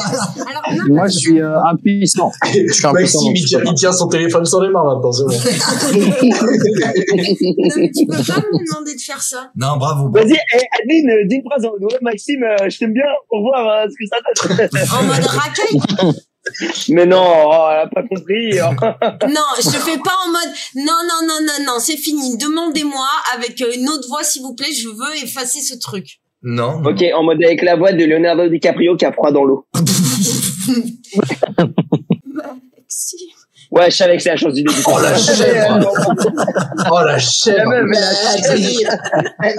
[SPEAKER 4] Alors, non,
[SPEAKER 10] Moi, je suis euh, impuissant. Je suis impuissant.
[SPEAKER 6] Maxime,
[SPEAKER 10] donc
[SPEAKER 6] il
[SPEAKER 10] je
[SPEAKER 6] tient,
[SPEAKER 10] peux pas.
[SPEAKER 6] il tient son téléphone sur les mains maintenant, c'est bon.
[SPEAKER 4] non, mais tu peux pas me demander de faire ça.
[SPEAKER 2] Non, bravo.
[SPEAKER 9] vas-y, eh, Adeline, euh, dis une phrase. Ouais, Maxime, euh, je t'aime bien. Pour voir euh, ce que ça donne.
[SPEAKER 4] En mode racaille.
[SPEAKER 9] Mais non, oh, elle a pas compris. oh.
[SPEAKER 4] Non, je fais pas en mode non, non, non, non, non, c'est fini. Demandez-moi avec euh, une autre voix, s'il vous plaît. Je veux effacer ce truc.
[SPEAKER 2] Non. non.
[SPEAKER 9] Ok, en mode avec la voix de Leonardo DiCaprio qui a froid dans l'eau.
[SPEAKER 4] Si.
[SPEAKER 9] Ouais, je savais que c'est la chance du début.
[SPEAKER 6] Oh la chèvre Oh la
[SPEAKER 9] La
[SPEAKER 6] chèvre
[SPEAKER 9] meuf, elle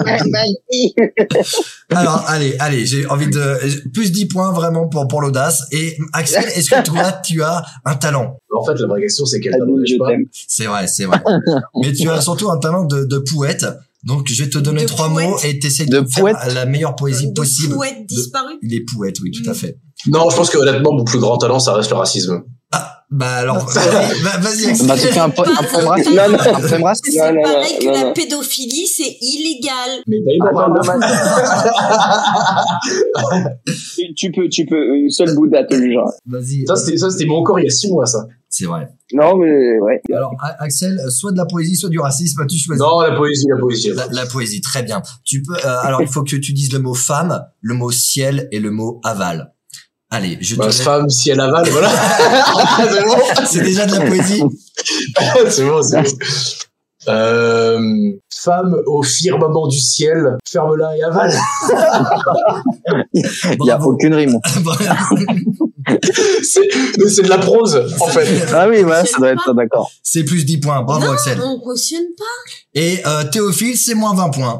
[SPEAKER 9] a-
[SPEAKER 2] Alors, allez, allez, j'ai envie de plus 10 points vraiment pour pour l'audace. Et Axel, est-ce que toi tu as un talent
[SPEAKER 6] En fait, la vraie question, c'est qu'elle
[SPEAKER 9] Adeline,
[SPEAKER 6] t'abandonne
[SPEAKER 9] je
[SPEAKER 6] pas.
[SPEAKER 9] t'aime.
[SPEAKER 2] C'est vrai, c'est vrai. Mais tu as surtout un talent de, de poète. Donc, je vais te donner
[SPEAKER 4] De
[SPEAKER 2] trois
[SPEAKER 4] poète. Euh,
[SPEAKER 2] mots et t'essayes
[SPEAKER 10] De
[SPEAKER 2] de, faire
[SPEAKER 10] poète.
[SPEAKER 2] la meilleure poésie
[SPEAKER 4] De
[SPEAKER 2] possible.
[SPEAKER 4] poète Mm. disparu.
[SPEAKER 2] Il est poète, oui, tout à fait.
[SPEAKER 6] Non, je pense que honnêtement, mon plus grand talent, ça reste le racisme.
[SPEAKER 2] Ah, Bah alors, vas-y, bah, vas-y, Axel.
[SPEAKER 10] Bah, tu fais un po- un pomerasse.
[SPEAKER 4] Non, non.
[SPEAKER 10] Un pomerasse.
[SPEAKER 4] C'est
[SPEAKER 8] Non, non, non,
[SPEAKER 4] pareil que
[SPEAKER 8] non,
[SPEAKER 4] la
[SPEAKER 8] non.
[SPEAKER 4] pédophilie, c'est illégal.
[SPEAKER 6] Mais t'as eu
[SPEAKER 8] Attends,
[SPEAKER 6] mal. hein.
[SPEAKER 8] dommage. tu, tu peux, tu peux. Une seule Bouddha te jugera.
[SPEAKER 2] Vas-y.
[SPEAKER 6] Ça, c'était, ça, c'était mon encore il y a six mois, ça.
[SPEAKER 2] C'est vrai.
[SPEAKER 8] Non, mais ouais.
[SPEAKER 2] Alors, A- Axel, soit de la poésie, soit du racisme, tu choisis.
[SPEAKER 6] Non, la poésie, la poésie.
[SPEAKER 2] La, la poésie, très bien. Tu peux. euh, alors, il faut que tu dises le mot femme, le mot ciel et le mot aval. Allez, je te.
[SPEAKER 6] Bah,
[SPEAKER 2] laisse-
[SPEAKER 6] femme, si elle avale, voilà. c'est bon,
[SPEAKER 2] C'est déjà de la poésie.
[SPEAKER 6] c'est bon, c'est bon. Euh, femme au firmament du ciel, ferme-la et avale.
[SPEAKER 10] Il y a aucune rime.
[SPEAKER 6] C'est, mais c'est de la prose, en fait.
[SPEAKER 10] Ah oui, voilà, ça doit être d'accord.
[SPEAKER 2] c'est plus 10 points. Bravo,
[SPEAKER 4] non,
[SPEAKER 2] Axel.
[SPEAKER 4] on cautionne pas.
[SPEAKER 2] Et euh, Théophile, c'est moins 20 points.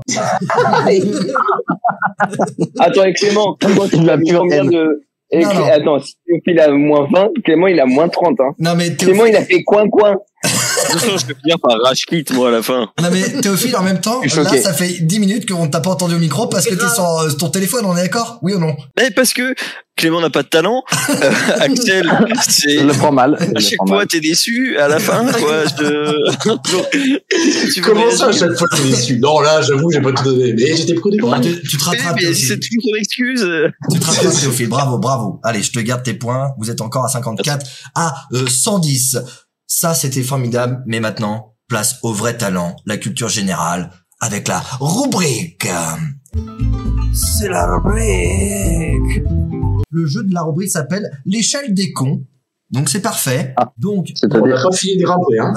[SPEAKER 9] Attends, et Ah, Clément, Clément, tu
[SPEAKER 10] Il a
[SPEAKER 9] as mis
[SPEAKER 10] pure
[SPEAKER 9] combien
[SPEAKER 10] haine.
[SPEAKER 9] de... et
[SPEAKER 2] Non,
[SPEAKER 9] Clé-
[SPEAKER 2] non.
[SPEAKER 9] Attends, si Théophile a moins 20, Clément, il a moins 30. Hein.
[SPEAKER 2] Non, mais
[SPEAKER 9] Clément,
[SPEAKER 2] Théophile,
[SPEAKER 9] il a fait coin-coin.
[SPEAKER 5] De toute façon, je vais finir par rage quit, moi, à la fin.
[SPEAKER 2] non, mais Théophile, en même temps,
[SPEAKER 10] Je suis
[SPEAKER 2] là,
[SPEAKER 10] choqué.
[SPEAKER 2] ça fait 10 minutes qu'on t'a pas entendu au micro parce que t'es sur euh, ton téléphone, on est d'accord Oui ou non
[SPEAKER 5] Eh, parce que Clément n'a pas de talent. euh, Axel, c'est.
[SPEAKER 10] Je le prends mal. Je
[SPEAKER 5] À
[SPEAKER 10] le
[SPEAKER 5] chaque
[SPEAKER 10] prends
[SPEAKER 5] fois,
[SPEAKER 10] mal.
[SPEAKER 5] t'es déçu à la fin, quoi. Je... Tu veux
[SPEAKER 6] Comment ça, à
[SPEAKER 5] réagir
[SPEAKER 6] chaque fois, t'es déçu? Non, là, j'avoue, j'ai pas tout donné, mais j'étais prudent.
[SPEAKER 2] tu, tu te
[SPEAKER 5] Eh,
[SPEAKER 2] rattrapes,
[SPEAKER 5] mais C'est
[SPEAKER 2] Théophile.
[SPEAKER 5] toujours ton excuse.
[SPEAKER 2] Tu te rattrapes, Théophile. Bravo, bravo. Allez, je te garde tes points. Vous êtes encore à 54, à euh, 110. Ça, c'était formidable. Mais maintenant, place au vrai talent, la culture générale, avec la rubrique. euh, C'est la rubrique. Le jeu de la rubrique s'appelle l'échelle des cons. Donc, c'est parfait. Donc,
[SPEAKER 6] On
[SPEAKER 10] C'est-à-dire,
[SPEAKER 6] a pas filé des rapés, hein.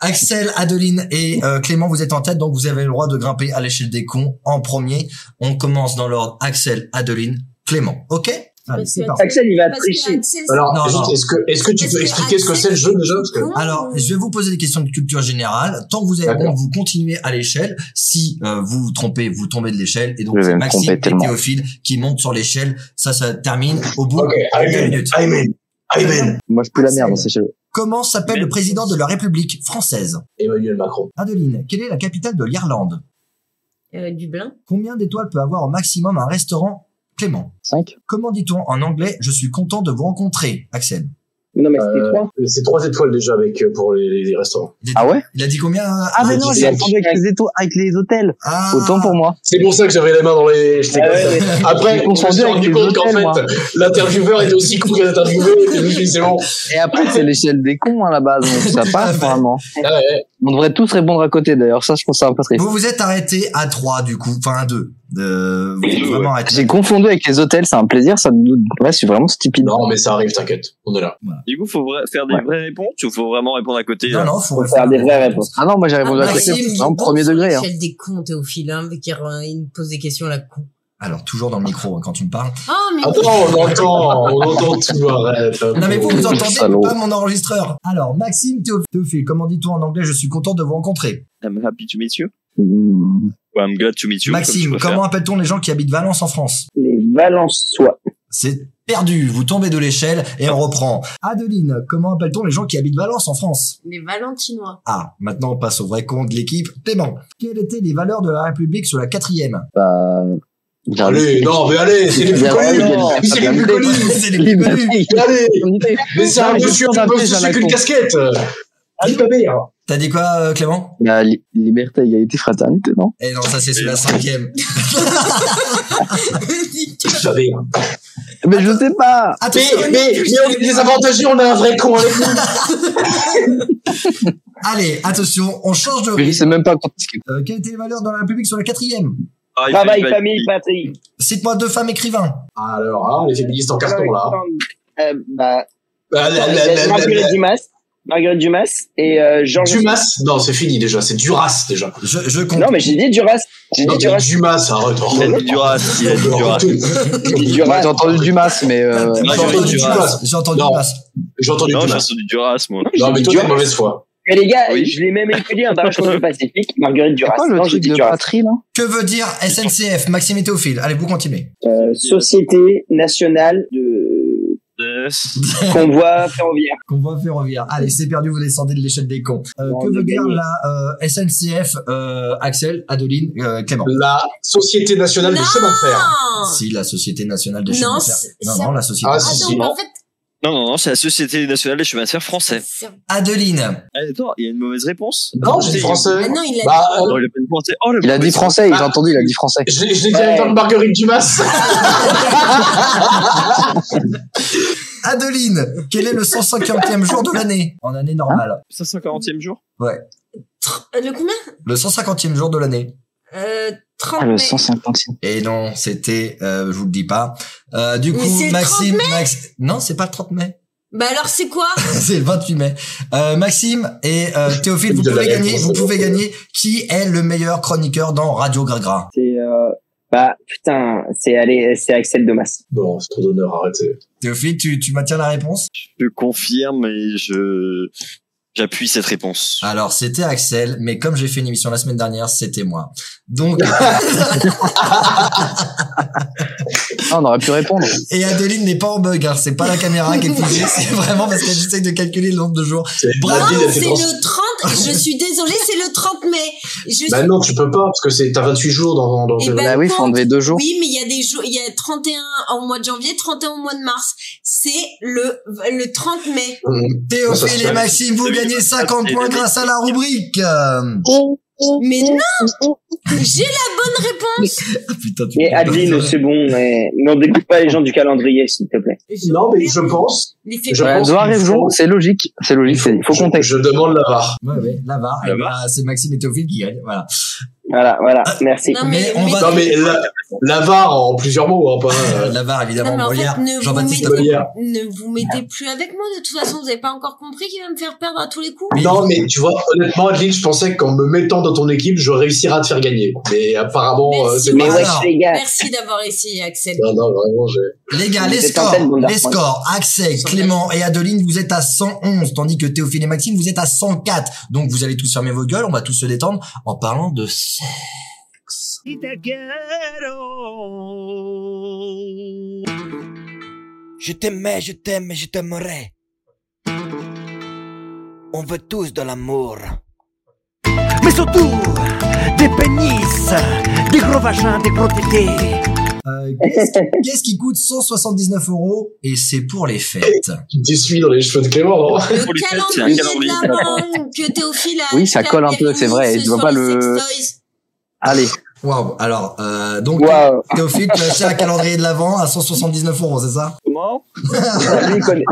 [SPEAKER 2] Axel, Adeline et euh, Clément, vous êtes en tête, donc vous avez le droit de grimper à l'échelle des cons en premier. On commence dans l'ordre Axel, Adeline, Clément. Ok Allez, c'est
[SPEAKER 4] que-
[SPEAKER 2] parti.
[SPEAKER 9] Axel, il va
[SPEAKER 4] Parce que
[SPEAKER 9] tricher.
[SPEAKER 4] Axel, c'est-
[SPEAKER 6] Alors,
[SPEAKER 2] Non,
[SPEAKER 6] juste,
[SPEAKER 2] non.
[SPEAKER 6] est-ce que, est-ce que tu
[SPEAKER 4] Est-ce
[SPEAKER 6] peux
[SPEAKER 4] que
[SPEAKER 6] expliquer ce que c'est le jeu, déjà? Parce que,
[SPEAKER 4] Axel,
[SPEAKER 2] Alors, je vais vous poser des questions de culture générale. Tant que vous avez bon,
[SPEAKER 6] D'accord.
[SPEAKER 2] vous continuez à l'échelle. Si euh, vous vous trompez, vous tombez de l'échelle. Et donc,
[SPEAKER 10] Je vais
[SPEAKER 2] c'est
[SPEAKER 10] me
[SPEAKER 2] Maxime
[SPEAKER 10] tromper
[SPEAKER 2] et
[SPEAKER 10] tellement.
[SPEAKER 2] Théophile qui montent sur l'échelle. Ça, ça termine au bout
[SPEAKER 6] ok,
[SPEAKER 2] de deux
[SPEAKER 6] amen,
[SPEAKER 2] minutes.
[SPEAKER 6] amen, amen.
[SPEAKER 10] moi, je pue la merde, c'est chez eux.
[SPEAKER 2] Comment s'appelle le président de la République française
[SPEAKER 6] Emmanuel Macron.
[SPEAKER 2] Adeline, quelle est la capitale de l'Irlande
[SPEAKER 4] euh, Dublin.
[SPEAKER 2] Combien d'étoiles peut avoir au maximum un restaurant Clément
[SPEAKER 10] 5
[SPEAKER 2] Comment dit-on en anglais Je suis content de vous rencontrer, Axel.
[SPEAKER 9] Non, mais c'était
[SPEAKER 6] Euh,
[SPEAKER 9] trois.
[SPEAKER 6] C'est trois étoiles déjà avec, euh, pour les, les restaurants.
[SPEAKER 10] Ah ouais
[SPEAKER 2] Il a dit combien euh,
[SPEAKER 10] Ah mais
[SPEAKER 2] Adeline
[SPEAKER 10] non,
[SPEAKER 6] non,
[SPEAKER 10] j'ai
[SPEAKER 6] j'ai
[SPEAKER 10] entendu avec les, avec les hôtels.
[SPEAKER 2] Ah,
[SPEAKER 10] Autant pour moi.
[SPEAKER 6] C'est pour ça que j'avais les mains dans les, j'étais
[SPEAKER 9] Ah
[SPEAKER 6] comme ça.
[SPEAKER 9] ouais, mais-
[SPEAKER 6] Après,
[SPEAKER 10] J'ai
[SPEAKER 6] je me
[SPEAKER 10] confondu
[SPEAKER 6] suis
[SPEAKER 10] avec
[SPEAKER 6] rendu
[SPEAKER 10] les
[SPEAKER 6] compte qu'en
[SPEAKER 10] hôtels, moi.
[SPEAKER 6] fait, l'intervieweur était aussi con que l'interviewé, et je me suis dit, c'est bon.
[SPEAKER 10] Et après, c'est l'échelle des cons à la base, donc ça passe vraiment.
[SPEAKER 6] Ah ouais.
[SPEAKER 10] On devrait tous répondre à côté d'ailleurs, ça je trouve ça un peu triste.
[SPEAKER 2] Vous vous êtes arrêté à 3 du coup, enfin à 2. Euh, vous êtes
[SPEAKER 5] Deux,
[SPEAKER 2] vraiment arrêté.
[SPEAKER 10] J'ai confondu avec les hôtels, c'est un plaisir, ça me Ouais, je suis vraiment stupide.
[SPEAKER 6] Non, mais ça arrive, t'inquiète. On est là.
[SPEAKER 5] Du coup, faut vra- faire des
[SPEAKER 10] Ouais.
[SPEAKER 5] vraies réponses ou faut vraiment répondre à côté euh,
[SPEAKER 2] Non,
[SPEAKER 5] là
[SPEAKER 2] non, faut
[SPEAKER 9] Faut faire des vraies réponses.
[SPEAKER 10] Ah non, moi j'ai répondu à
[SPEAKER 4] bah,
[SPEAKER 2] Ah,
[SPEAKER 10] la question.
[SPEAKER 2] Maxime,
[SPEAKER 10] Non, premier degré. Hein.
[SPEAKER 4] Michel des cons, Théophile, hein, qui re- il me pose des questions à la con.
[SPEAKER 2] Alors toujours dans le micro hein, quand tu me parles.
[SPEAKER 4] Oh, mais
[SPEAKER 6] Attends, on entend, on entend tout, arrête.
[SPEAKER 2] Non mais vous vous entendez
[SPEAKER 10] Salaud.
[SPEAKER 2] pas mon enregistreur. Alors Maxime Théo- Théophile, comment dit-on en anglais Je suis content de vous rencontrer.
[SPEAKER 5] I'm happy to meet you.
[SPEAKER 10] Mmh.
[SPEAKER 5] Ou I'm glad to meet you.
[SPEAKER 2] Hmm. Maxime,
[SPEAKER 5] comme tu
[SPEAKER 2] comment appelle-t-on les gens qui habitent Valence en France
[SPEAKER 9] Les Valençois.
[SPEAKER 2] C'est perdu, vous tombez de l'échelle et on reprend. Adeline, comment appelle-t-on les gens qui habitent Valence en France
[SPEAKER 4] les Valentinois.
[SPEAKER 2] Ah, maintenant on passe au vrai compte de l'équipe. Clément, quelles étaient les valeurs de la République sur la quatrième
[SPEAKER 10] Bah, j'ai
[SPEAKER 6] Allez, non, mais allez, c'est les plus connus, hein. non. Mais c'est les plus connus.
[SPEAKER 2] C'est les plus connus.
[SPEAKER 6] Allez, mais c'est un
[SPEAKER 10] Ah, j'ai
[SPEAKER 6] monsieur
[SPEAKER 10] peur
[SPEAKER 6] qui
[SPEAKER 10] d'appeler
[SPEAKER 6] peut
[SPEAKER 10] Jean
[SPEAKER 6] se qu'une
[SPEAKER 10] Lacombe.
[SPEAKER 6] casquette. Allez, ma mère.
[SPEAKER 2] T'as dit quoi, euh, Clément
[SPEAKER 10] La li- liberté, égalité, fraternité, non
[SPEAKER 2] Eh non, ça c'est sur la cinquième.
[SPEAKER 6] Ma mère.
[SPEAKER 10] Mais je sais pas
[SPEAKER 2] Attends,
[SPEAKER 6] Mais, mais, mais on est désavantagés, on a un vrai con avec nous.
[SPEAKER 2] allez, attention, on change de
[SPEAKER 10] Je
[SPEAKER 2] rythme.
[SPEAKER 10] sais même pas quand est-ce que...
[SPEAKER 2] Euh, quelles étaient les valeurs dans la République sur la quatrième
[SPEAKER 5] Ah, il
[SPEAKER 9] Travail,
[SPEAKER 5] fait-
[SPEAKER 9] famille, patrie.
[SPEAKER 2] Cite-moi deux femmes écrivains.
[SPEAKER 6] Alors, hein, les féministes en carton, là.
[SPEAKER 9] Euh, bah,
[SPEAKER 6] Ah, la- la- la- la-
[SPEAKER 9] Marguerite
[SPEAKER 6] la-
[SPEAKER 9] Dumas. Marguerite Dumas et euh, Georges.
[SPEAKER 6] Dumas Non, c'est fini déjà, c'est Duras déjà.
[SPEAKER 2] Je, je compte.
[SPEAKER 9] Non, mais j'ai dit Duras. J'ai
[SPEAKER 6] Non,
[SPEAKER 9] dit
[SPEAKER 6] mais
[SPEAKER 9] Duras.
[SPEAKER 6] Dumas, arrête. oh,
[SPEAKER 5] Il a dit Duras, il a dit Duras.
[SPEAKER 9] J'ai dit
[SPEAKER 10] Moi,
[SPEAKER 9] Duras.
[SPEAKER 10] J'ai entendu Dumas, mais... Euh...
[SPEAKER 5] Non,
[SPEAKER 2] J'ai entendu
[SPEAKER 5] j'ai
[SPEAKER 6] Duras.
[SPEAKER 2] Duras. J'ai entendu
[SPEAKER 6] Non.
[SPEAKER 2] Duras.
[SPEAKER 6] J'ai entendu
[SPEAKER 5] Non, j'ai
[SPEAKER 6] Dumas.
[SPEAKER 5] entendu Duras, moi.
[SPEAKER 9] j'ai
[SPEAKER 6] Non, mais
[SPEAKER 9] dit
[SPEAKER 6] toi, t'es
[SPEAKER 9] Duras.
[SPEAKER 6] de mauvaise foi.
[SPEAKER 9] Mais les gars,
[SPEAKER 5] Oui.
[SPEAKER 9] je l'ai même étudié un barrage contre le Pacifique. Marguerite
[SPEAKER 10] C'est
[SPEAKER 9] Duras.
[SPEAKER 10] quoi le
[SPEAKER 9] Non, j'ai
[SPEAKER 10] truc
[SPEAKER 9] dit
[SPEAKER 10] de
[SPEAKER 9] Duras.
[SPEAKER 10] patrie, là
[SPEAKER 2] Que veut dire SNCF, Maxime et Théophile Allez, vous continuez.
[SPEAKER 9] Euh, Société nationale de
[SPEAKER 5] Yes.
[SPEAKER 9] convoi ferroviaire.
[SPEAKER 2] Convoi ferroviaire. Allez, c'est perdu, vous descendez de l'échelle des cons. Euh,
[SPEAKER 9] Bon,
[SPEAKER 2] que
[SPEAKER 9] on
[SPEAKER 2] veut
[SPEAKER 9] a
[SPEAKER 2] dire
[SPEAKER 9] gagné.
[SPEAKER 2] la euh, SNCF, euh, Axel, Adeline, euh, Clément
[SPEAKER 6] La Société Nationale de
[SPEAKER 4] Non.
[SPEAKER 6] Chemin de Fer.
[SPEAKER 4] Ah.
[SPEAKER 2] Si, la Société Nationale de
[SPEAKER 4] Non,
[SPEAKER 2] Chemin de Fer.
[SPEAKER 4] c'est-
[SPEAKER 2] Non,
[SPEAKER 4] ça-
[SPEAKER 2] non, la Société.
[SPEAKER 6] Ah,
[SPEAKER 4] Ah,
[SPEAKER 6] si,
[SPEAKER 4] donc,
[SPEAKER 6] si.
[SPEAKER 4] en fait,
[SPEAKER 5] Non, non, non, c'est la Société Nationale des Chemins de Fer Français.
[SPEAKER 2] Adeline.
[SPEAKER 5] Eh, Attends, il y a une mauvaise réponse
[SPEAKER 6] Non, j'ai dit français.
[SPEAKER 4] Ah non, il a
[SPEAKER 6] Bah, euh,
[SPEAKER 5] Non, il a pas dit français. Oh, le
[SPEAKER 10] Il a dit français, il a entendu, il a dit français.
[SPEAKER 6] je l'ai je l'ai dit avec une marguerite Dumas.
[SPEAKER 2] Adeline, quel est le 150e jour de l'année Hein En année normale.
[SPEAKER 5] 540e jour
[SPEAKER 4] dit. Le euh, combien
[SPEAKER 2] Le 150e jour de l'année.
[SPEAKER 4] euh, 30
[SPEAKER 10] Ah, le
[SPEAKER 4] mai.
[SPEAKER 10] 150
[SPEAKER 2] Et non, c'était, euh, je vous le dis pas. Euh, du
[SPEAKER 4] Mais
[SPEAKER 2] coup,
[SPEAKER 4] c'est le
[SPEAKER 2] Maxime, Max- non, c'est pas le 30 mai,
[SPEAKER 4] Bah alors c'est quoi
[SPEAKER 2] c'est le 28 mai. Euh, Maxime et euh, Théophile, vous
[SPEAKER 6] De la
[SPEAKER 2] pouvez gagner,
[SPEAKER 6] réponse.
[SPEAKER 2] vous pouvez gagner. Qui est le meilleur chroniqueur dans Radio Gragra
[SPEAKER 9] C'est euh, bah putain, c'est allez, c'est Axel Domas.
[SPEAKER 6] Non, c'est trop d'honneur, arrêtez.
[SPEAKER 2] Théophile, tu, tu maintiens la réponse
[SPEAKER 5] Je confirme et je j'appuie cette réponse.
[SPEAKER 2] Alors, c'était Axel, mais comme j'ai fait une émission la semaine dernière, c'était moi. Donc,
[SPEAKER 10] Ah, on aurait pu répondre.
[SPEAKER 2] et Adeline n'est pas en bug, hein, c'est pas la caméra qui est figée, c'est vraiment parce qu'elle essaye de calculer le nombre de jours.
[SPEAKER 4] Non,
[SPEAKER 6] Bravo,
[SPEAKER 4] Ah, c'est le 30. Je suis désolée, c'est le 30 mai. Je
[SPEAKER 6] Bah non, tu peux pas, parce que c'est, t'as 28 jours dans, dans
[SPEAKER 4] Eh
[SPEAKER 6] dans-
[SPEAKER 4] ben,
[SPEAKER 10] Bah oui, faut enlever deux jours.
[SPEAKER 4] Oui, mais il y a des jours, il y a 31 au mois de janvier, 31 au mois de mars. C'est le, le 30 mai.
[SPEAKER 6] Hum. Ça,
[SPEAKER 2] Théophile
[SPEAKER 6] c'est
[SPEAKER 2] et Maxime, vous
[SPEAKER 5] vrai.
[SPEAKER 2] gagnez 50
[SPEAKER 5] Et
[SPEAKER 2] points
[SPEAKER 5] les-
[SPEAKER 2] grâce à la rubrique. Euh,
[SPEAKER 10] Oh,
[SPEAKER 4] Mais non! J'ai la bonne réponse!
[SPEAKER 2] Putain, tu
[SPEAKER 9] Mais
[SPEAKER 2] peux pas
[SPEAKER 9] Adeline,
[SPEAKER 2] faire.
[SPEAKER 9] c'est bon, mais n'en dégoûte pas les gens du calendrier, s'il te plaît.
[SPEAKER 6] Non, mais je pense,
[SPEAKER 4] Les faits-
[SPEAKER 6] je
[SPEAKER 10] Ouais,
[SPEAKER 6] pense.
[SPEAKER 10] Zohar
[SPEAKER 6] qu'il
[SPEAKER 10] et
[SPEAKER 6] faut-
[SPEAKER 10] Jour, c'est logique, c'est logique, c'est- il faut
[SPEAKER 6] je-
[SPEAKER 10] compter.
[SPEAKER 6] Je demande la barre.
[SPEAKER 2] Ouais, ouais, la barre.
[SPEAKER 5] La
[SPEAKER 2] eh ben, c'est Maxime et Théophile qui gagnent. Voilà.
[SPEAKER 9] Voilà, voilà, merci.
[SPEAKER 4] Euh, Non,
[SPEAKER 2] mais
[SPEAKER 4] mais,
[SPEAKER 2] on
[SPEAKER 4] mais-
[SPEAKER 2] va-
[SPEAKER 6] Non, mais la, la barre en plusieurs mots, hein, pas, euh,
[SPEAKER 2] la barre, évidemment.
[SPEAKER 4] Non, mais en
[SPEAKER 2] Molière,
[SPEAKER 4] fait, ne vous
[SPEAKER 2] Jean-Baptiste.
[SPEAKER 4] mettez-
[SPEAKER 6] Molière.
[SPEAKER 4] ne vous mettez plus avec moi. De toute façon, vous n'avez pas encore compris qu'il va me faire perdre à tous les coups.
[SPEAKER 6] Non, mais tu vois, honnêtement, Adeline, je pensais qu'en me mettant dans ton équipe, je réussirais à te faire gagner. Mais apparemment, euh,
[SPEAKER 4] Merci.
[SPEAKER 6] c'est
[SPEAKER 9] Mais
[SPEAKER 6] pas
[SPEAKER 9] wesh,
[SPEAKER 2] Alors.
[SPEAKER 9] les gars,
[SPEAKER 4] Merci d'avoir essayé, Axel.
[SPEAKER 6] Non, non, vraiment, j'ai.
[SPEAKER 2] Les gars,
[SPEAKER 9] Vous
[SPEAKER 2] les
[SPEAKER 9] êtes en
[SPEAKER 2] scores,
[SPEAKER 9] tête, Bondar.
[SPEAKER 2] les scores. Axel, Clément et Adeline, vous êtes à 111, tandis que Théophile et Maxime, vous êtes à 104. Donc, vous allez tous fermer vos gueules. On va tous se détendre en parlant de sexe.
[SPEAKER 7] Si te quiero.
[SPEAKER 12] Je t'aimais, je t'aime et je t'aimerai. On veut tous de l'amour.
[SPEAKER 7] Mais surtout, des pénis, des gros vagins, des gros tétés.
[SPEAKER 2] Euh, qu'est-ce qui- qu'est-ce qui coûte 179 euros et c'est pour les fêtes
[SPEAKER 6] Tu t'essuies dans les cheveux de Clément, non
[SPEAKER 5] Pour
[SPEAKER 4] Le
[SPEAKER 5] les fêtes, c'est un
[SPEAKER 4] calendrier
[SPEAKER 5] calendrier.
[SPEAKER 4] de l'avant que Théophile a.
[SPEAKER 10] Oui, ça colle un peu, c'est vrai, tu vois pas le- Allez,
[SPEAKER 2] Waouh. Alors, euh, donc,
[SPEAKER 9] waouh,
[SPEAKER 2] Théophile, tu as acheté un calendrier de l'avant à 179 euros, c'est ça
[SPEAKER 5] Comment
[SPEAKER 9] lui, il connaît,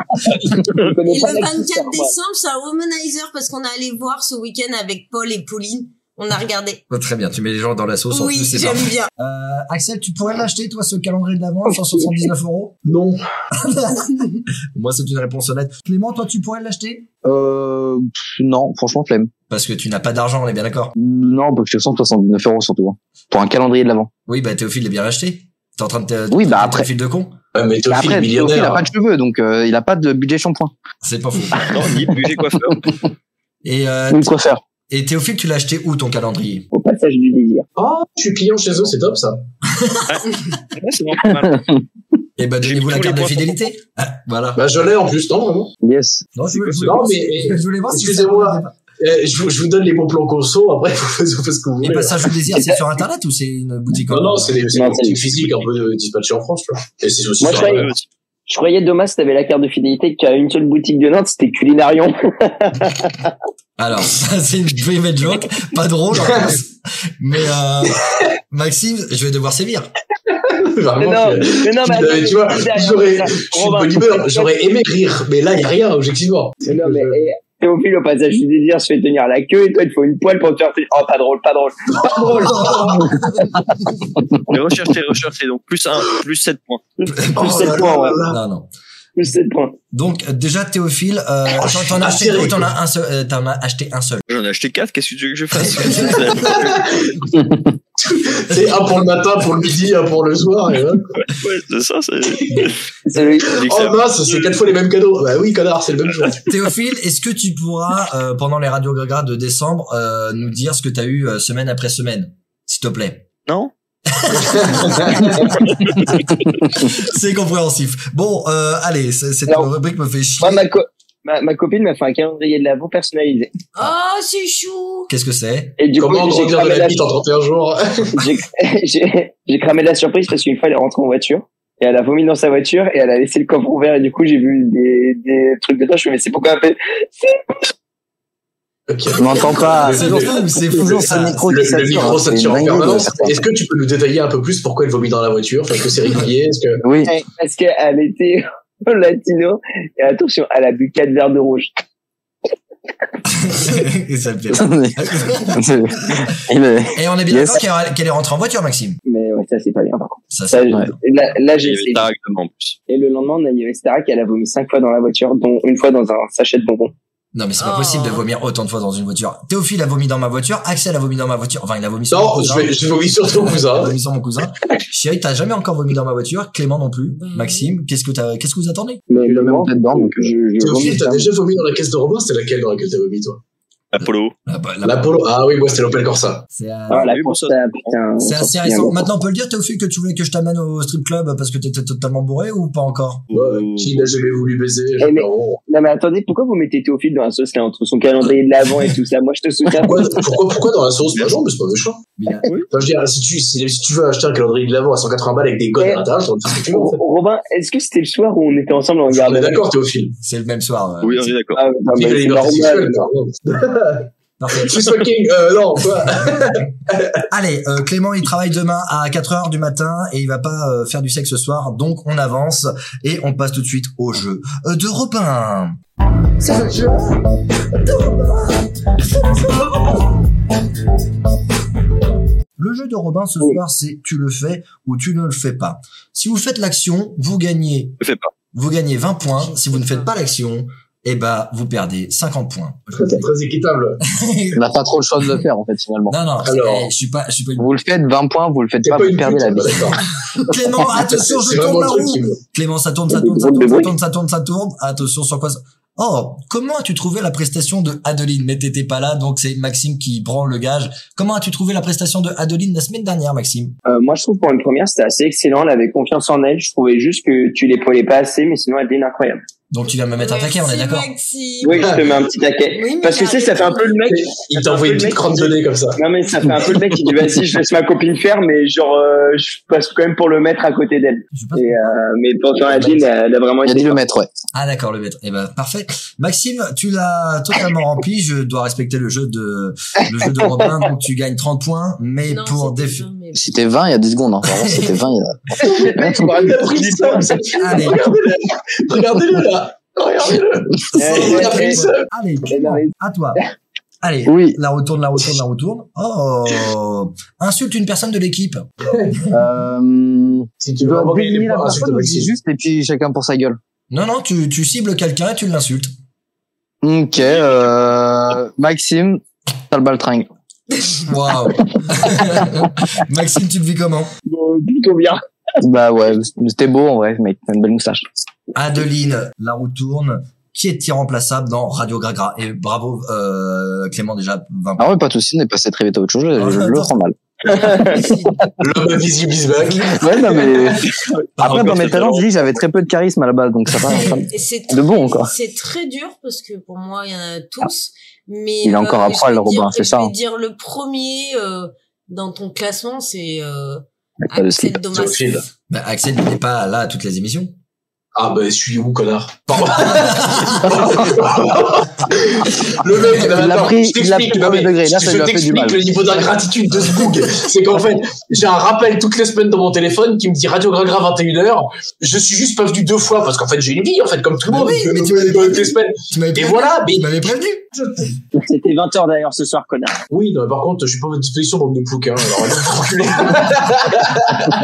[SPEAKER 9] il connaît
[SPEAKER 4] Et
[SPEAKER 9] pas
[SPEAKER 4] le
[SPEAKER 9] la culture,
[SPEAKER 4] 24
[SPEAKER 9] quoi.
[SPEAKER 4] décembre, c'est un womanizer parce qu'on est allé voir ce week-end avec Paul et Pauline. On a regardé.
[SPEAKER 2] Oh, Très bien, tu mets les gens dans la sauce. en
[SPEAKER 4] oui,
[SPEAKER 2] plus, c'est
[SPEAKER 4] j'aime
[SPEAKER 2] parfait.
[SPEAKER 4] bien.
[SPEAKER 2] Euh, Axel, tu pourrais l'acheter, toi, ce calendrier de l'avant, 179 euros
[SPEAKER 6] Non.
[SPEAKER 2] Moi, c'est une réponse honnête. Clément, toi, tu pourrais l'acheter
[SPEAKER 10] euh, pff, non, franchement, flemme.
[SPEAKER 2] Parce que tu n'as pas d'argent, on est bien d'accord
[SPEAKER 10] Non, parce que 179 euros surtout, hein. pour un calendrier de l'avant.
[SPEAKER 2] Oui, bah Théophile est bien racheté. T'es en train de te-
[SPEAKER 10] Oui, bah,
[SPEAKER 2] t'es
[SPEAKER 10] après-
[SPEAKER 2] Théophile de con
[SPEAKER 6] Ouais, Ah, mais
[SPEAKER 10] Mais
[SPEAKER 6] Théophile est
[SPEAKER 10] Bah, après, Théophile, il a
[SPEAKER 6] millionnaire.
[SPEAKER 10] pas de cheveux, donc euh, il a pas de budget shampoing.
[SPEAKER 2] C'est pas fou.
[SPEAKER 5] Non, ni budget coiffeur.
[SPEAKER 2] Et, euh,
[SPEAKER 10] Ou quoi faire
[SPEAKER 2] et Théophile, tu l'as acheté où ton calendrier
[SPEAKER 9] au passage du désir.
[SPEAKER 6] Oh, je suis client chez eux, c'est top, ça.
[SPEAKER 5] Ouais, c'est vraiment pas mal.
[SPEAKER 2] Eh ben,
[SPEAKER 5] J'ai
[SPEAKER 2] donnez-vous
[SPEAKER 5] mis
[SPEAKER 2] la
[SPEAKER 5] tous
[SPEAKER 2] carte de
[SPEAKER 5] les points sur mon
[SPEAKER 2] fidélité. Ah, voilà.
[SPEAKER 6] Bah, je l'ai en plus, non, vraiment.
[SPEAKER 10] Yes.
[SPEAKER 2] Non, je, voulais-
[SPEAKER 5] c'est
[SPEAKER 2] je
[SPEAKER 6] Non,
[SPEAKER 2] voulais-
[SPEAKER 6] mais-
[SPEAKER 2] je voulais voir si ça-
[SPEAKER 6] excusez-moi. Eh, je, vous- je vous donne les bons plans conso, après, vous faites vous faites ce que vous
[SPEAKER 2] Et
[SPEAKER 6] voulez.
[SPEAKER 9] bah,
[SPEAKER 2] Passage au désir, c'est sur Internet ou c'est une boutique en
[SPEAKER 6] Non,
[SPEAKER 2] ligne
[SPEAKER 6] non, c'est des, c'est
[SPEAKER 9] Non,
[SPEAKER 6] des
[SPEAKER 9] c'est-
[SPEAKER 6] boutiques physiques un peu euh, dispatchées en France, tu vois. Et c'est aussi
[SPEAKER 9] Moi,
[SPEAKER 6] sur
[SPEAKER 9] je
[SPEAKER 6] Internet.
[SPEAKER 9] croyais, je croyais Domas, t'avais la carte de fidélité qu'à une seule boutique de Nantes, c'était Culinarion.
[SPEAKER 2] Alors, ça, c'est une private joke, pas drôle. en plus. Mais euh, Maxime, je vais devoir sévir.
[SPEAKER 9] Mais
[SPEAKER 6] Vraiment,
[SPEAKER 9] non,
[SPEAKER 6] je-
[SPEAKER 9] mais non, mais
[SPEAKER 6] Euh,
[SPEAKER 9] attends,
[SPEAKER 6] Ah, tu vois,
[SPEAKER 9] mais derrière,
[SPEAKER 6] j'aurais-
[SPEAKER 9] ça,
[SPEAKER 6] je suis de
[SPEAKER 9] Robin,
[SPEAKER 6] bonne humeur, j'aurais aimé rire, mais là, il n'y a rien, objectivement.
[SPEAKER 9] Mais non, mais et, Théophile, au passage du désir, se fait tenir la queue et toi, il te faut une poêle pour te faire. Oh, pas drôle, pas drôle. Pas
[SPEAKER 6] Oh,
[SPEAKER 9] drôle.
[SPEAKER 5] Les recherches, les recherches, et donc plus 1, plus 7 points.
[SPEAKER 2] Oh
[SPEAKER 9] sept
[SPEAKER 2] là
[SPEAKER 9] points,
[SPEAKER 2] là
[SPEAKER 9] ouais.
[SPEAKER 2] là. Non, non.
[SPEAKER 9] Plus 7 points.
[SPEAKER 2] Donc euh, déjà Théophile, euh, t'en- t'en as acheté,
[SPEAKER 6] atterré,
[SPEAKER 2] t'en as un seul, euh, t'en as acheté un seul.
[SPEAKER 5] J'en ai acheté 4, qu'est-ce que tu veux que je fasse
[SPEAKER 6] C'est un pour le matin, pour le midi, un pour le soir. Et voilà.
[SPEAKER 5] Ouais, c'est ça, c'est.
[SPEAKER 9] C'est le-
[SPEAKER 6] Oh mince, c'est quatre fois les mêmes cadeaux. Bah oui, connard, c'est le même jour.
[SPEAKER 2] Théophile, est-ce que tu pourras euh, pendant les radios Gaga de décembre euh, nous dire ce que t'as eu euh, semaine après semaine, s'il te plaît.
[SPEAKER 5] Non
[SPEAKER 2] C'est compréhensif. Bon, euh, allez, c- cette
[SPEAKER 9] Alors,
[SPEAKER 2] rubrique me fait chier.
[SPEAKER 9] Moi, ma, co- ma, ma copine m'a fait un calendrier de l'avant personnalisé.
[SPEAKER 4] Oh, c'est chou.
[SPEAKER 2] Qu'est-ce que c'est
[SPEAKER 9] Et du
[SPEAKER 6] Comment
[SPEAKER 9] coup, j'ai
[SPEAKER 6] grandir
[SPEAKER 9] cramé,
[SPEAKER 6] de la
[SPEAKER 9] la...
[SPEAKER 6] bite en 31 jours
[SPEAKER 9] j'ai- j'ai- j'ai cramé la surprise parce qu'une fois, elle est rentrée en voiture. et elle a vomi dans sa voiture et elle a laissé le coffre ouvert et du coup j'ai vu des, des trucs dedans. Je me suis dit, mais c'est pourquoi elle fait
[SPEAKER 10] Je m'entends pas. C'est fou, c'est fou,
[SPEAKER 6] Le-
[SPEAKER 10] c'est un micro
[SPEAKER 6] le, le
[SPEAKER 10] qui sature,
[SPEAKER 9] hein,
[SPEAKER 6] micro
[SPEAKER 10] c'est
[SPEAKER 6] sature en
[SPEAKER 10] dingue,
[SPEAKER 6] permanence.
[SPEAKER 10] ça.
[SPEAKER 6] Est-ce que tu peux nous détailler un peu plus pourquoi elle vomit dans la voiture Parce que c'est régulier Est-ce que...
[SPEAKER 9] Eh, Parce qu'elle était au latino et attention, elle a bu quatre verres de rouge.
[SPEAKER 2] et ça le
[SPEAKER 10] Et
[SPEAKER 2] Et on est bien
[SPEAKER 9] Yes.
[SPEAKER 2] d'accord qu'elle est- qu'elle est rentrée en voiture, Maxime.
[SPEAKER 9] Mais ouais, ça c'est pas bien par contre.
[SPEAKER 2] Ça,
[SPEAKER 9] je- là, là, j'ai
[SPEAKER 5] Il y avait
[SPEAKER 9] essayé.
[SPEAKER 5] Tarak devant, en plus.
[SPEAKER 9] Et le lendemain, on a eu Starak elle a vomi cinq fois dans la voiture, dont une fois dans un sachet de bonbons.
[SPEAKER 2] Non, mais c'est pas possible de vomir autant de fois dans une voiture. Théophile a vomi dans ma voiture, Axel a vomi dans ma voiture. Enfin, il a vomi sur
[SPEAKER 6] Non,
[SPEAKER 2] mon cousin.
[SPEAKER 6] je vais- j'ai vomi sur ton cousin.
[SPEAKER 9] Ah
[SPEAKER 2] Il a vomi sur mon cousin. Chérie, t'as jamais encore vomi dans ma voiture. Clément non plus. Maxime, qu'est-ce que t'as, qu'est-ce que vous attendez?
[SPEAKER 9] Mais
[SPEAKER 10] le même tête dedans, donc euh, je,
[SPEAKER 6] Théophile, t'as déjà vomi dans la caisse de Robin C'était laquelle dans laquelle t'as vomi, toi
[SPEAKER 5] Apollo.
[SPEAKER 6] L'Apollo Ah oui, moi, c'était l'Opel Corsa.
[SPEAKER 2] C'est
[SPEAKER 10] euh,
[SPEAKER 9] Ah, la course, ça, putain.
[SPEAKER 2] C'est
[SPEAKER 9] on s'en
[SPEAKER 2] assez
[SPEAKER 9] souvient
[SPEAKER 2] récent.
[SPEAKER 9] longtemps.
[SPEAKER 2] Maintenant, on peut le dire, Théophile, que tu voulais que je t'amène au strip club parce que t'étais totalement bourré ou pas encore?
[SPEAKER 6] Ouais, qui n'a jamais voulu baiser oh. je
[SPEAKER 9] Eh, mais-
[SPEAKER 6] me rends-
[SPEAKER 9] Non, mais attendez, pourquoi vous mettez Théophile dans la sauce là entre son calendrier de l'avant et tout ça Moi, je te soutiens.
[SPEAKER 6] pourquoi, pourquoi, pourquoi dans la sauce Bah non, mais c'est pas méchant. Enfin, je veux dire, si tu, si, si tu veux acheter un calendrier de l'avant à 180 balles avec des godes à l'intérieur, t'en dis ce que tu veux. en fait.
[SPEAKER 9] Robin, est-ce que c'était le soir où on était ensemble en garde
[SPEAKER 6] On est d'accord, Théophile.
[SPEAKER 2] C'est le même soir. euh,
[SPEAKER 5] Oui, on est d'accord.
[SPEAKER 9] Ah, non, mais
[SPEAKER 6] Vive la
[SPEAKER 9] c'est
[SPEAKER 6] liberté
[SPEAKER 9] normal.
[SPEAKER 6] sexuelle, pardon.
[SPEAKER 2] Parfait.
[SPEAKER 6] She's fucking, euh, non, quoi.
[SPEAKER 2] Allez, euh, Clément, il travaille demain à 4 heures du matin et il va pas euh, faire du sexe ce soir, donc on avance et on passe tout de suite au jeu euh, de Robin.
[SPEAKER 6] C'est le jeu.
[SPEAKER 2] Le jeu de Robin ce soir, c'est tu le fais ou tu ne le fais pas. Si vous faites l'action, vous gagnez,
[SPEAKER 5] Je fais pas.
[SPEAKER 2] vous gagnez 20 points. Si vous ne faites pas l'action, eh ben, vous perdez 50 points.
[SPEAKER 6] C'est très équitable.
[SPEAKER 10] On n'a pas trop le choix de le faire, en fait, finalement.
[SPEAKER 2] Non, non,
[SPEAKER 6] Alors.
[SPEAKER 2] eh, je suis pas, je suis pas une-
[SPEAKER 10] Vous le faites 20 points, vous le faites
[SPEAKER 6] T'es
[SPEAKER 10] pas,
[SPEAKER 6] pas
[SPEAKER 10] vous
[SPEAKER 6] une pute,
[SPEAKER 10] perdez la
[SPEAKER 6] hein,
[SPEAKER 10] vie.
[SPEAKER 6] d'accord.
[SPEAKER 2] Clément, attention,
[SPEAKER 6] C'est
[SPEAKER 2] je tourne
[SPEAKER 6] vraiment
[SPEAKER 2] la
[SPEAKER 6] le truc
[SPEAKER 2] roue.
[SPEAKER 6] qui me-
[SPEAKER 2] Clément, ça tourne, ça tourne, ça tourne, ça tourne, ça tourne, ça tourne. Attention, sur quoi ça... Oh, comment as-tu trouvé la prestation de Adeline Mais t'étais pas là, donc c'est Maxime qui prend le gage. Comment as-tu trouvé la prestation de Adeline la semaine dernière, Maxime
[SPEAKER 9] Euh, moi, je trouve pour une première, c'était assez excellent. Elle avait confiance en elle. Je trouvais juste que tu l'épaulais pas assez, mais sinon, elle était incroyable.
[SPEAKER 2] Donc tu viens de me mettre un taquet, on est d'accord
[SPEAKER 4] Maxime.
[SPEAKER 9] Oui, je te mets un petit taquet.
[SPEAKER 4] Oui, mais
[SPEAKER 9] Parce que tu sais, ça fait un peu le mec.
[SPEAKER 6] Il t'envoie une petite crotte de nez comme ça.
[SPEAKER 9] Non, mais ça fait un peu le mec qui dit, vas-y, je laisse ma copine faire, mais genre, euh, je passe quand même pour le mettre à côté d'elle.
[SPEAKER 2] Je sais pas.
[SPEAKER 9] Et, euh, mais pourtant, Adeline, elle a vraiment
[SPEAKER 10] Il a
[SPEAKER 9] été
[SPEAKER 10] dit le maître, ouais.
[SPEAKER 2] Ah d'accord, le maître. Eh ben parfait. Maxime, tu l'as totalement rempli. Je dois respecter le jeu de le jeu de Robin, donc tu gagnes 30 points. Mais
[SPEAKER 4] Non,
[SPEAKER 2] pour
[SPEAKER 4] c'était
[SPEAKER 2] défi.
[SPEAKER 4] bien, mais-
[SPEAKER 10] C'était 20 il y a 10 secondes, hein. Vraiment, c'était 20 il y a...
[SPEAKER 6] Il a pris le seum, ça.
[SPEAKER 2] Allez.
[SPEAKER 6] Regardez-le. Regardez-le, là. Regardez-le. Il a pris le seum.
[SPEAKER 2] Allez, Clément, à toi. Allez,
[SPEAKER 10] Oui.
[SPEAKER 2] la retourne, la retourne, la retourne. Oh Insulte une personne de l'équipe.
[SPEAKER 10] Euh,
[SPEAKER 6] Si tu
[SPEAKER 10] tu
[SPEAKER 6] veux
[SPEAKER 10] dois
[SPEAKER 6] embarquer les
[SPEAKER 10] désigner la
[SPEAKER 6] points, insulte
[SPEAKER 10] personne
[SPEAKER 6] au
[SPEAKER 10] ou dis
[SPEAKER 6] Mexique.
[SPEAKER 10] juste et puis chacun pour sa gueule.
[SPEAKER 2] Non, non, tu, tu cibles quelqu'un et tu l'insultes.
[SPEAKER 10] Ok, euh, Maxime, t'as le baltringue.
[SPEAKER 2] Waouh Maxime, tu le vis comment
[SPEAKER 9] euh, plutôt bien.
[SPEAKER 10] Bah ouais, c'était beau en vrai, mec, t'as une belle moustache.
[SPEAKER 2] Adeline, la roue tourne. Qui est irremplaçable dans Radio Gragra Et bravo, euh, Clément, déjà 20
[SPEAKER 10] Ah ouais, pas de soucis, on est passé très vite à autre chose, je, je le prends mal.
[SPEAKER 6] L'homme invisible is back.
[SPEAKER 10] Ouais, non mais... Après, bah,
[SPEAKER 5] Encore
[SPEAKER 10] dans mes
[SPEAKER 5] ce
[SPEAKER 10] talents,
[SPEAKER 5] talent.
[SPEAKER 10] je dis j'avais très peu de charisme à la base, donc ça va. ça va.
[SPEAKER 4] Et c'est
[SPEAKER 10] De bon,
[SPEAKER 4] très-
[SPEAKER 10] quoi.
[SPEAKER 4] C'est très dur parce que pour moi, il y en a tous. Mais euh,
[SPEAKER 10] Il est encore à
[SPEAKER 4] je
[SPEAKER 10] poil,
[SPEAKER 4] vais
[SPEAKER 10] Robin,
[SPEAKER 4] dire-
[SPEAKER 10] c'est
[SPEAKER 4] je
[SPEAKER 10] ça,
[SPEAKER 4] vais
[SPEAKER 10] hein.
[SPEAKER 4] dire le premier euh, dans ton classement, c'est euh,
[SPEAKER 10] Pas de
[SPEAKER 4] Axel
[SPEAKER 10] slip.
[SPEAKER 4] Domas.
[SPEAKER 6] Théophile.
[SPEAKER 2] Bah, Axel il n'est pas là à toutes les émissions.
[SPEAKER 6] Ah bah suis où connard Pardon. le mec,
[SPEAKER 10] Il
[SPEAKER 6] non,
[SPEAKER 10] l'a
[SPEAKER 6] attends,
[SPEAKER 10] pris-
[SPEAKER 6] je
[SPEAKER 10] il l'a
[SPEAKER 6] t'explique,
[SPEAKER 10] pris
[SPEAKER 6] non,
[SPEAKER 10] premier
[SPEAKER 6] mais
[SPEAKER 10] degré, là,
[SPEAKER 6] je-
[SPEAKER 10] ça
[SPEAKER 6] je
[SPEAKER 10] lui a fait du
[SPEAKER 6] t'explique
[SPEAKER 10] mal.
[SPEAKER 6] le niveau d'ingratitude de ce bug. C'est qu'en fait, j'ai un rappel toutes les semaines dans mon téléphone qui me dit Radio Gragra 21h. Je suis juste pas venu deux fois parce qu'en fait j'ai une vie en fait comme tout le
[SPEAKER 10] Bah
[SPEAKER 2] Mais
[SPEAKER 6] monde.
[SPEAKER 2] oui,
[SPEAKER 6] Je
[SPEAKER 2] mais
[SPEAKER 6] me
[SPEAKER 2] tu
[SPEAKER 6] mets
[SPEAKER 2] m'avais
[SPEAKER 6] dans
[SPEAKER 2] pas
[SPEAKER 6] toutes les
[SPEAKER 2] dit.
[SPEAKER 6] semaines.
[SPEAKER 2] Tu m'avais
[SPEAKER 6] Et
[SPEAKER 2] prévenu. hein.
[SPEAKER 6] voilà, mais
[SPEAKER 2] Tu m'avais prévenu.
[SPEAKER 9] C'était 20h d'ailleurs ce soir, connard.
[SPEAKER 6] oui, non, mais par contre, je suis pas à votre disposition bande de pouquins. Alors, allez vous enculer.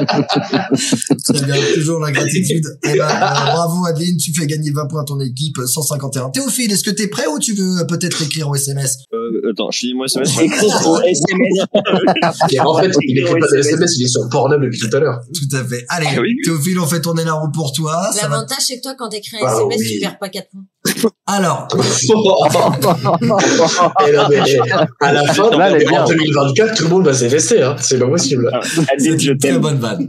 [SPEAKER 2] Très bien, toujours la gratitude. Eh ben, euh, bravo Adeline, tu fais gagner 20 points à ton équipe, euh, 151. Théophile, est-ce que t'es prêt ou tu veux euh, peut-être écrire au SMS
[SPEAKER 5] Euh, attends, je finis mon SMS.
[SPEAKER 9] Écrit au SMS.
[SPEAKER 6] Et en fait, il écrit pas de SMS, il est sur Pornhub depuis tout à l'heure.
[SPEAKER 2] Tout à fait. Allez,
[SPEAKER 5] Ah oui.
[SPEAKER 2] Théophile, on fait tourner la roue pour toi. Ça va...
[SPEAKER 4] L'avantage, c'est que toi, quand t'écris un
[SPEAKER 6] Ah
[SPEAKER 4] SMS,
[SPEAKER 6] oui.
[SPEAKER 4] tu perds pas 4 points.
[SPEAKER 2] Alors,
[SPEAKER 6] Et Oh. non, mais, eh, à la fin,
[SPEAKER 10] Là, elle est bien.
[SPEAKER 6] en 2024, tout le monde va s'effacer, hein. C'est pas possible.
[SPEAKER 9] Adeline,
[SPEAKER 2] c'est
[SPEAKER 9] je
[SPEAKER 2] une très
[SPEAKER 9] t'aime.
[SPEAKER 2] bonne vanne.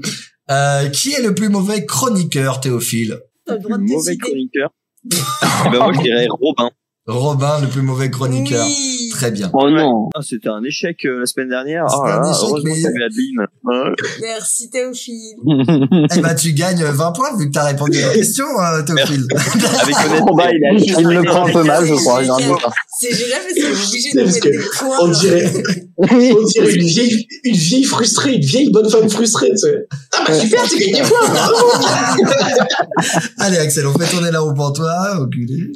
[SPEAKER 2] Euh, qui est le plus mauvais chroniqueur, Théophile
[SPEAKER 4] T'as le droit de
[SPEAKER 5] Mauvais
[SPEAKER 4] décider.
[SPEAKER 5] Eh chroniqueur. ben moi, je dirais Robin.
[SPEAKER 2] Robin, le plus mauvais chroniqueur. Très bien.
[SPEAKER 5] Ah, c'était un échec euh, la semaine dernière.
[SPEAKER 2] C'était
[SPEAKER 5] Oh là
[SPEAKER 2] un
[SPEAKER 5] là,
[SPEAKER 2] échec,
[SPEAKER 5] heureusement
[SPEAKER 2] mais-
[SPEAKER 5] qu'il y avait Adeline. Hein
[SPEAKER 4] Merci Théophile.
[SPEAKER 2] eh ben, tu gagnes 20 points vu que t'as répondu à la question, euh, Théophile.
[SPEAKER 5] Avec
[SPEAKER 10] Robin, il, a- il me prend un peu mal, je crois. il a un peu mal.
[SPEAKER 4] C'est génial parce que obligé de
[SPEAKER 6] Parce
[SPEAKER 4] mettre
[SPEAKER 6] que
[SPEAKER 4] des points.
[SPEAKER 6] on dirait, on dirait une vieille, une vieille frustrée, une vieille bonne femme frustrée, tu sais. Ah bah super, tu gagnes des points, bravo
[SPEAKER 2] Allez, Axel, on fait tourner la roue pour toi, enculé.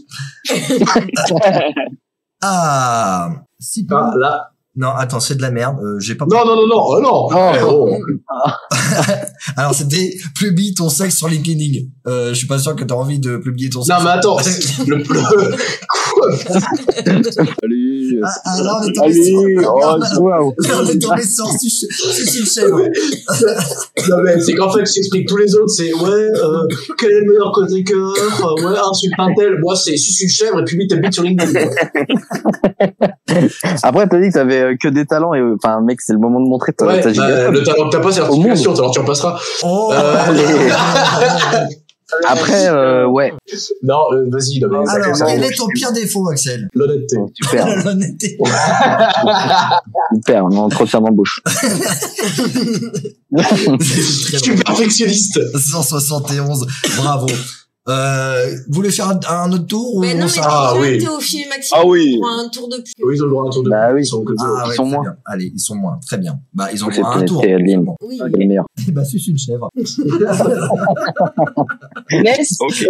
[SPEAKER 2] ah, si pas.
[SPEAKER 6] là.
[SPEAKER 2] Non, attends, c'est de la merde. euh, J'ai pas.
[SPEAKER 6] Non, non, non, non, oh non.
[SPEAKER 2] Ah.
[SPEAKER 6] Eh, oh.
[SPEAKER 2] Alors, c'était publie ton sexe sur LinkedIn. Euh, je suis pas sûr que t'as envie de publier ton sexe.
[SPEAKER 6] Non, mais attends, le, le-
[SPEAKER 5] Allez.
[SPEAKER 2] Ah, ah, là, on est tombé
[SPEAKER 6] oh,
[SPEAKER 2] sur. Là, on est tombé sur Sushi- Sushi Chef.
[SPEAKER 6] Non, mais c'est qu'en fait, j'explique tous les autres, c'est ouais, euh, quel est le meilleur chroniqueur euh, Ouais, insulte un tel. Moi, c'est suce une chèvre et publie ta bite sur LinkedIn.
[SPEAKER 10] Après, t'as dit que t'avais euh, que des talents et euh, enfin, mec, c'est le moment de montrer ta,
[SPEAKER 6] Ouais,
[SPEAKER 10] ta
[SPEAKER 6] bah,
[SPEAKER 10] giga-
[SPEAKER 6] le talent que t'as pas, c'est
[SPEAKER 10] au monde.
[SPEAKER 6] l'articulation, alors tu en passeras.
[SPEAKER 2] Oh,
[SPEAKER 6] Euh,
[SPEAKER 10] Allez. Après, euh, ouais,
[SPEAKER 6] Non, euh, vas-y, non, mais
[SPEAKER 2] Alors,
[SPEAKER 6] ça-
[SPEAKER 2] quel est ton pire défaut, Axel
[SPEAKER 6] L'honnêteté.
[SPEAKER 10] super,
[SPEAKER 2] L'honnêteté.
[SPEAKER 10] super, mon entretien d'embauche.
[SPEAKER 6] Je suis perfectionniste.
[SPEAKER 2] 171, bravo. Euh, vous voulez faire un, un autre tour ou
[SPEAKER 4] Mais Ben non, mais
[SPEAKER 2] ça
[SPEAKER 4] déjà, Théophile et Maxime
[SPEAKER 6] Ah oui.
[SPEAKER 4] pour un tour de plus.
[SPEAKER 6] Ah, Oui, ils ont le droit à un tour de
[SPEAKER 10] Bah oui.
[SPEAKER 6] ils sont que deux.
[SPEAKER 2] Ah
[SPEAKER 10] Ils
[SPEAKER 2] ouais,
[SPEAKER 10] sont
[SPEAKER 2] très
[SPEAKER 10] moins.
[SPEAKER 2] bien. Allez, ils sont moins. Très bien. Bah, ils ont le
[SPEAKER 10] C'est
[SPEAKER 2] droit à un tour.
[SPEAKER 10] c'est Adeline.
[SPEAKER 4] Oui.
[SPEAKER 10] C'est le meilleur.
[SPEAKER 2] Eh ben, suce une chèvre.
[SPEAKER 9] Yes,
[SPEAKER 5] Ok.
[SPEAKER 9] je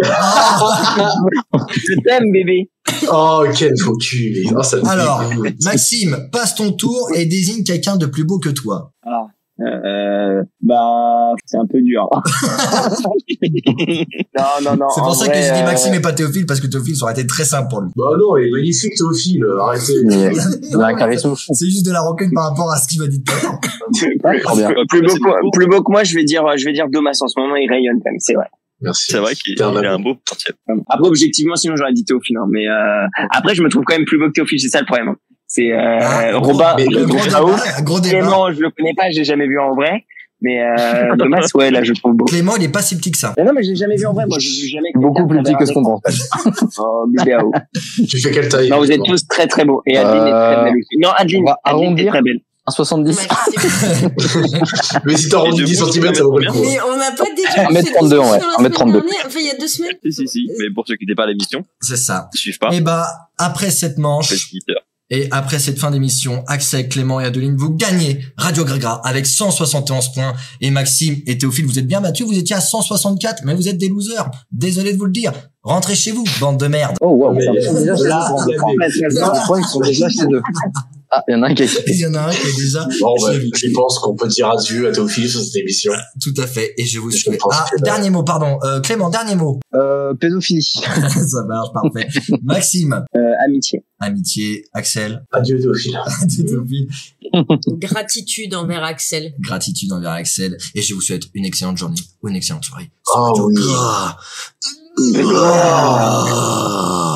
[SPEAKER 9] t'aime, bébé.
[SPEAKER 6] Oh, quel faux cul. Oh, ça me
[SPEAKER 2] Alors,
[SPEAKER 6] dégoûte.
[SPEAKER 2] Maxime, passe ton tour et désigne quelqu'un de plus beau que toi.
[SPEAKER 13] Ah, euh, bah, c'est un peu dur.
[SPEAKER 5] Ah,
[SPEAKER 9] Non, non, non.
[SPEAKER 2] C'est
[SPEAKER 9] en
[SPEAKER 2] pour ça que
[SPEAKER 9] vrai,
[SPEAKER 2] j'ai dit
[SPEAKER 9] euh,
[SPEAKER 2] Maxime et pas Théophile parce que Théophile ça aurait été très simple pour lui.
[SPEAKER 6] Bah non, il est magnifique, Théophile. Arrêtez.
[SPEAKER 10] Mais, il a un Bah, charisme fou.
[SPEAKER 2] C'est juste de la rancune par rapport à ce qu'il m'a dit tout à l'heure.
[SPEAKER 9] Euh,
[SPEAKER 10] Trop bien.
[SPEAKER 5] Plus-
[SPEAKER 9] Plus
[SPEAKER 5] plus
[SPEAKER 9] beau,
[SPEAKER 5] c'est
[SPEAKER 9] que moi,
[SPEAKER 5] beau.
[SPEAKER 9] plus beau que moi, je vais dire, euh, je vais dire Domas en ce moment, il rayonne quand même, c'est vrai.
[SPEAKER 6] Merci.
[SPEAKER 5] C'est vrai qu'il
[SPEAKER 6] T'es un
[SPEAKER 5] il a
[SPEAKER 6] amour.
[SPEAKER 5] un beau potentiel.
[SPEAKER 9] Euh, Après, objectivement, sinon j'aurais dit Théophile, hein, mais euh, après, je me trouve quand même plus beau que Théophile, c'est ça le problème. hein. C'est euh,
[SPEAKER 2] Ah, gros-
[SPEAKER 9] Robin,
[SPEAKER 2] mais
[SPEAKER 9] je le
[SPEAKER 2] gros
[SPEAKER 9] trouve
[SPEAKER 2] débat,
[SPEAKER 9] pas ouf.
[SPEAKER 2] un gros débat.
[SPEAKER 9] Clément, je le connais pas, j'ai jamais vu en vrai, mais euh, Domas, ouais, là, je le trouve beau.
[SPEAKER 2] Clément, il est pas si petit que ça.
[SPEAKER 9] Mais non, mais j'ai jamais vu en vrai, moi, je je- jamais.
[SPEAKER 10] Beaucoup plus petit que ce qu'on pense.
[SPEAKER 9] Oh, bébé à eau.
[SPEAKER 6] Tu fais quelle taille
[SPEAKER 9] Non, vous êtes
[SPEAKER 6] exactement
[SPEAKER 9] tous très très beaux. Et Adeline est très
[SPEAKER 10] Euh,
[SPEAKER 9] belle aussi. Non, Adeline,
[SPEAKER 10] on va
[SPEAKER 9] Adeline est
[SPEAKER 10] arrondir.
[SPEAKER 9] très belle.
[SPEAKER 10] Un 70.
[SPEAKER 6] Mais si t'as
[SPEAKER 5] Et
[SPEAKER 6] rendu
[SPEAKER 5] debout,
[SPEAKER 6] 10 cm, ça vaut pas le coup.
[SPEAKER 4] Mais on n'a pas déjà
[SPEAKER 10] Un mètre
[SPEAKER 4] cette
[SPEAKER 10] 32,
[SPEAKER 4] discussion
[SPEAKER 10] ouais.
[SPEAKER 4] la
[SPEAKER 10] Un
[SPEAKER 4] semaine
[SPEAKER 10] mètre 32.
[SPEAKER 4] dernière, Enfin, il y a deux semaines.
[SPEAKER 5] Si, si, si. Mais pour ceux qui n'étaient pas à l'émission,
[SPEAKER 2] C'est ça.
[SPEAKER 5] ne suivent pas.
[SPEAKER 2] Et bah, après cette manche,
[SPEAKER 5] Petit heure.
[SPEAKER 2] Et après cette fin d'émission, Axel, Clément et Adeline, vous gagnez Radio Gragra avec 171 points. Et Maxime et Théophile, vous êtes bien battus, vous étiez à 164, mais vous êtes des losers. Désolé de vous le dire. Rentrez chez vous, bande de merde.
[SPEAKER 10] Oh, wow.
[SPEAKER 6] Mais-
[SPEAKER 10] Ils sont déjà chez eux pour un point. Je crois qu'ils sont déjà chez eux. Ah, il y en a un qui est...
[SPEAKER 2] Il y en a un qui est déjà
[SPEAKER 6] Bon, bah,
[SPEAKER 2] chez lui.
[SPEAKER 6] je pense qu'on peut dire adieu à Théophile sur cette émission.
[SPEAKER 2] Tout à fait. Et je vous
[SPEAKER 6] Je
[SPEAKER 2] souhaite.
[SPEAKER 6] pense
[SPEAKER 2] Ah,
[SPEAKER 6] que-
[SPEAKER 2] dernier mot, pardon. Euh, Clément, dernier mot.
[SPEAKER 10] Euh, pédophilie.
[SPEAKER 2] Ça marche, parfait. Maxime,
[SPEAKER 9] Euh, amitié.
[SPEAKER 2] amitié. Axel,
[SPEAKER 6] Adieu Théophile.
[SPEAKER 2] Théophile,
[SPEAKER 4] Gratitude envers Axel.
[SPEAKER 2] gratitude envers Axel. Et je vous souhaite une excellente journée Ah
[SPEAKER 6] Ah
[SPEAKER 2] ou une excellente soirée.
[SPEAKER 6] Oh oui.
[SPEAKER 2] Ah.
[SPEAKER 6] Ah.
[SPEAKER 2] Ah.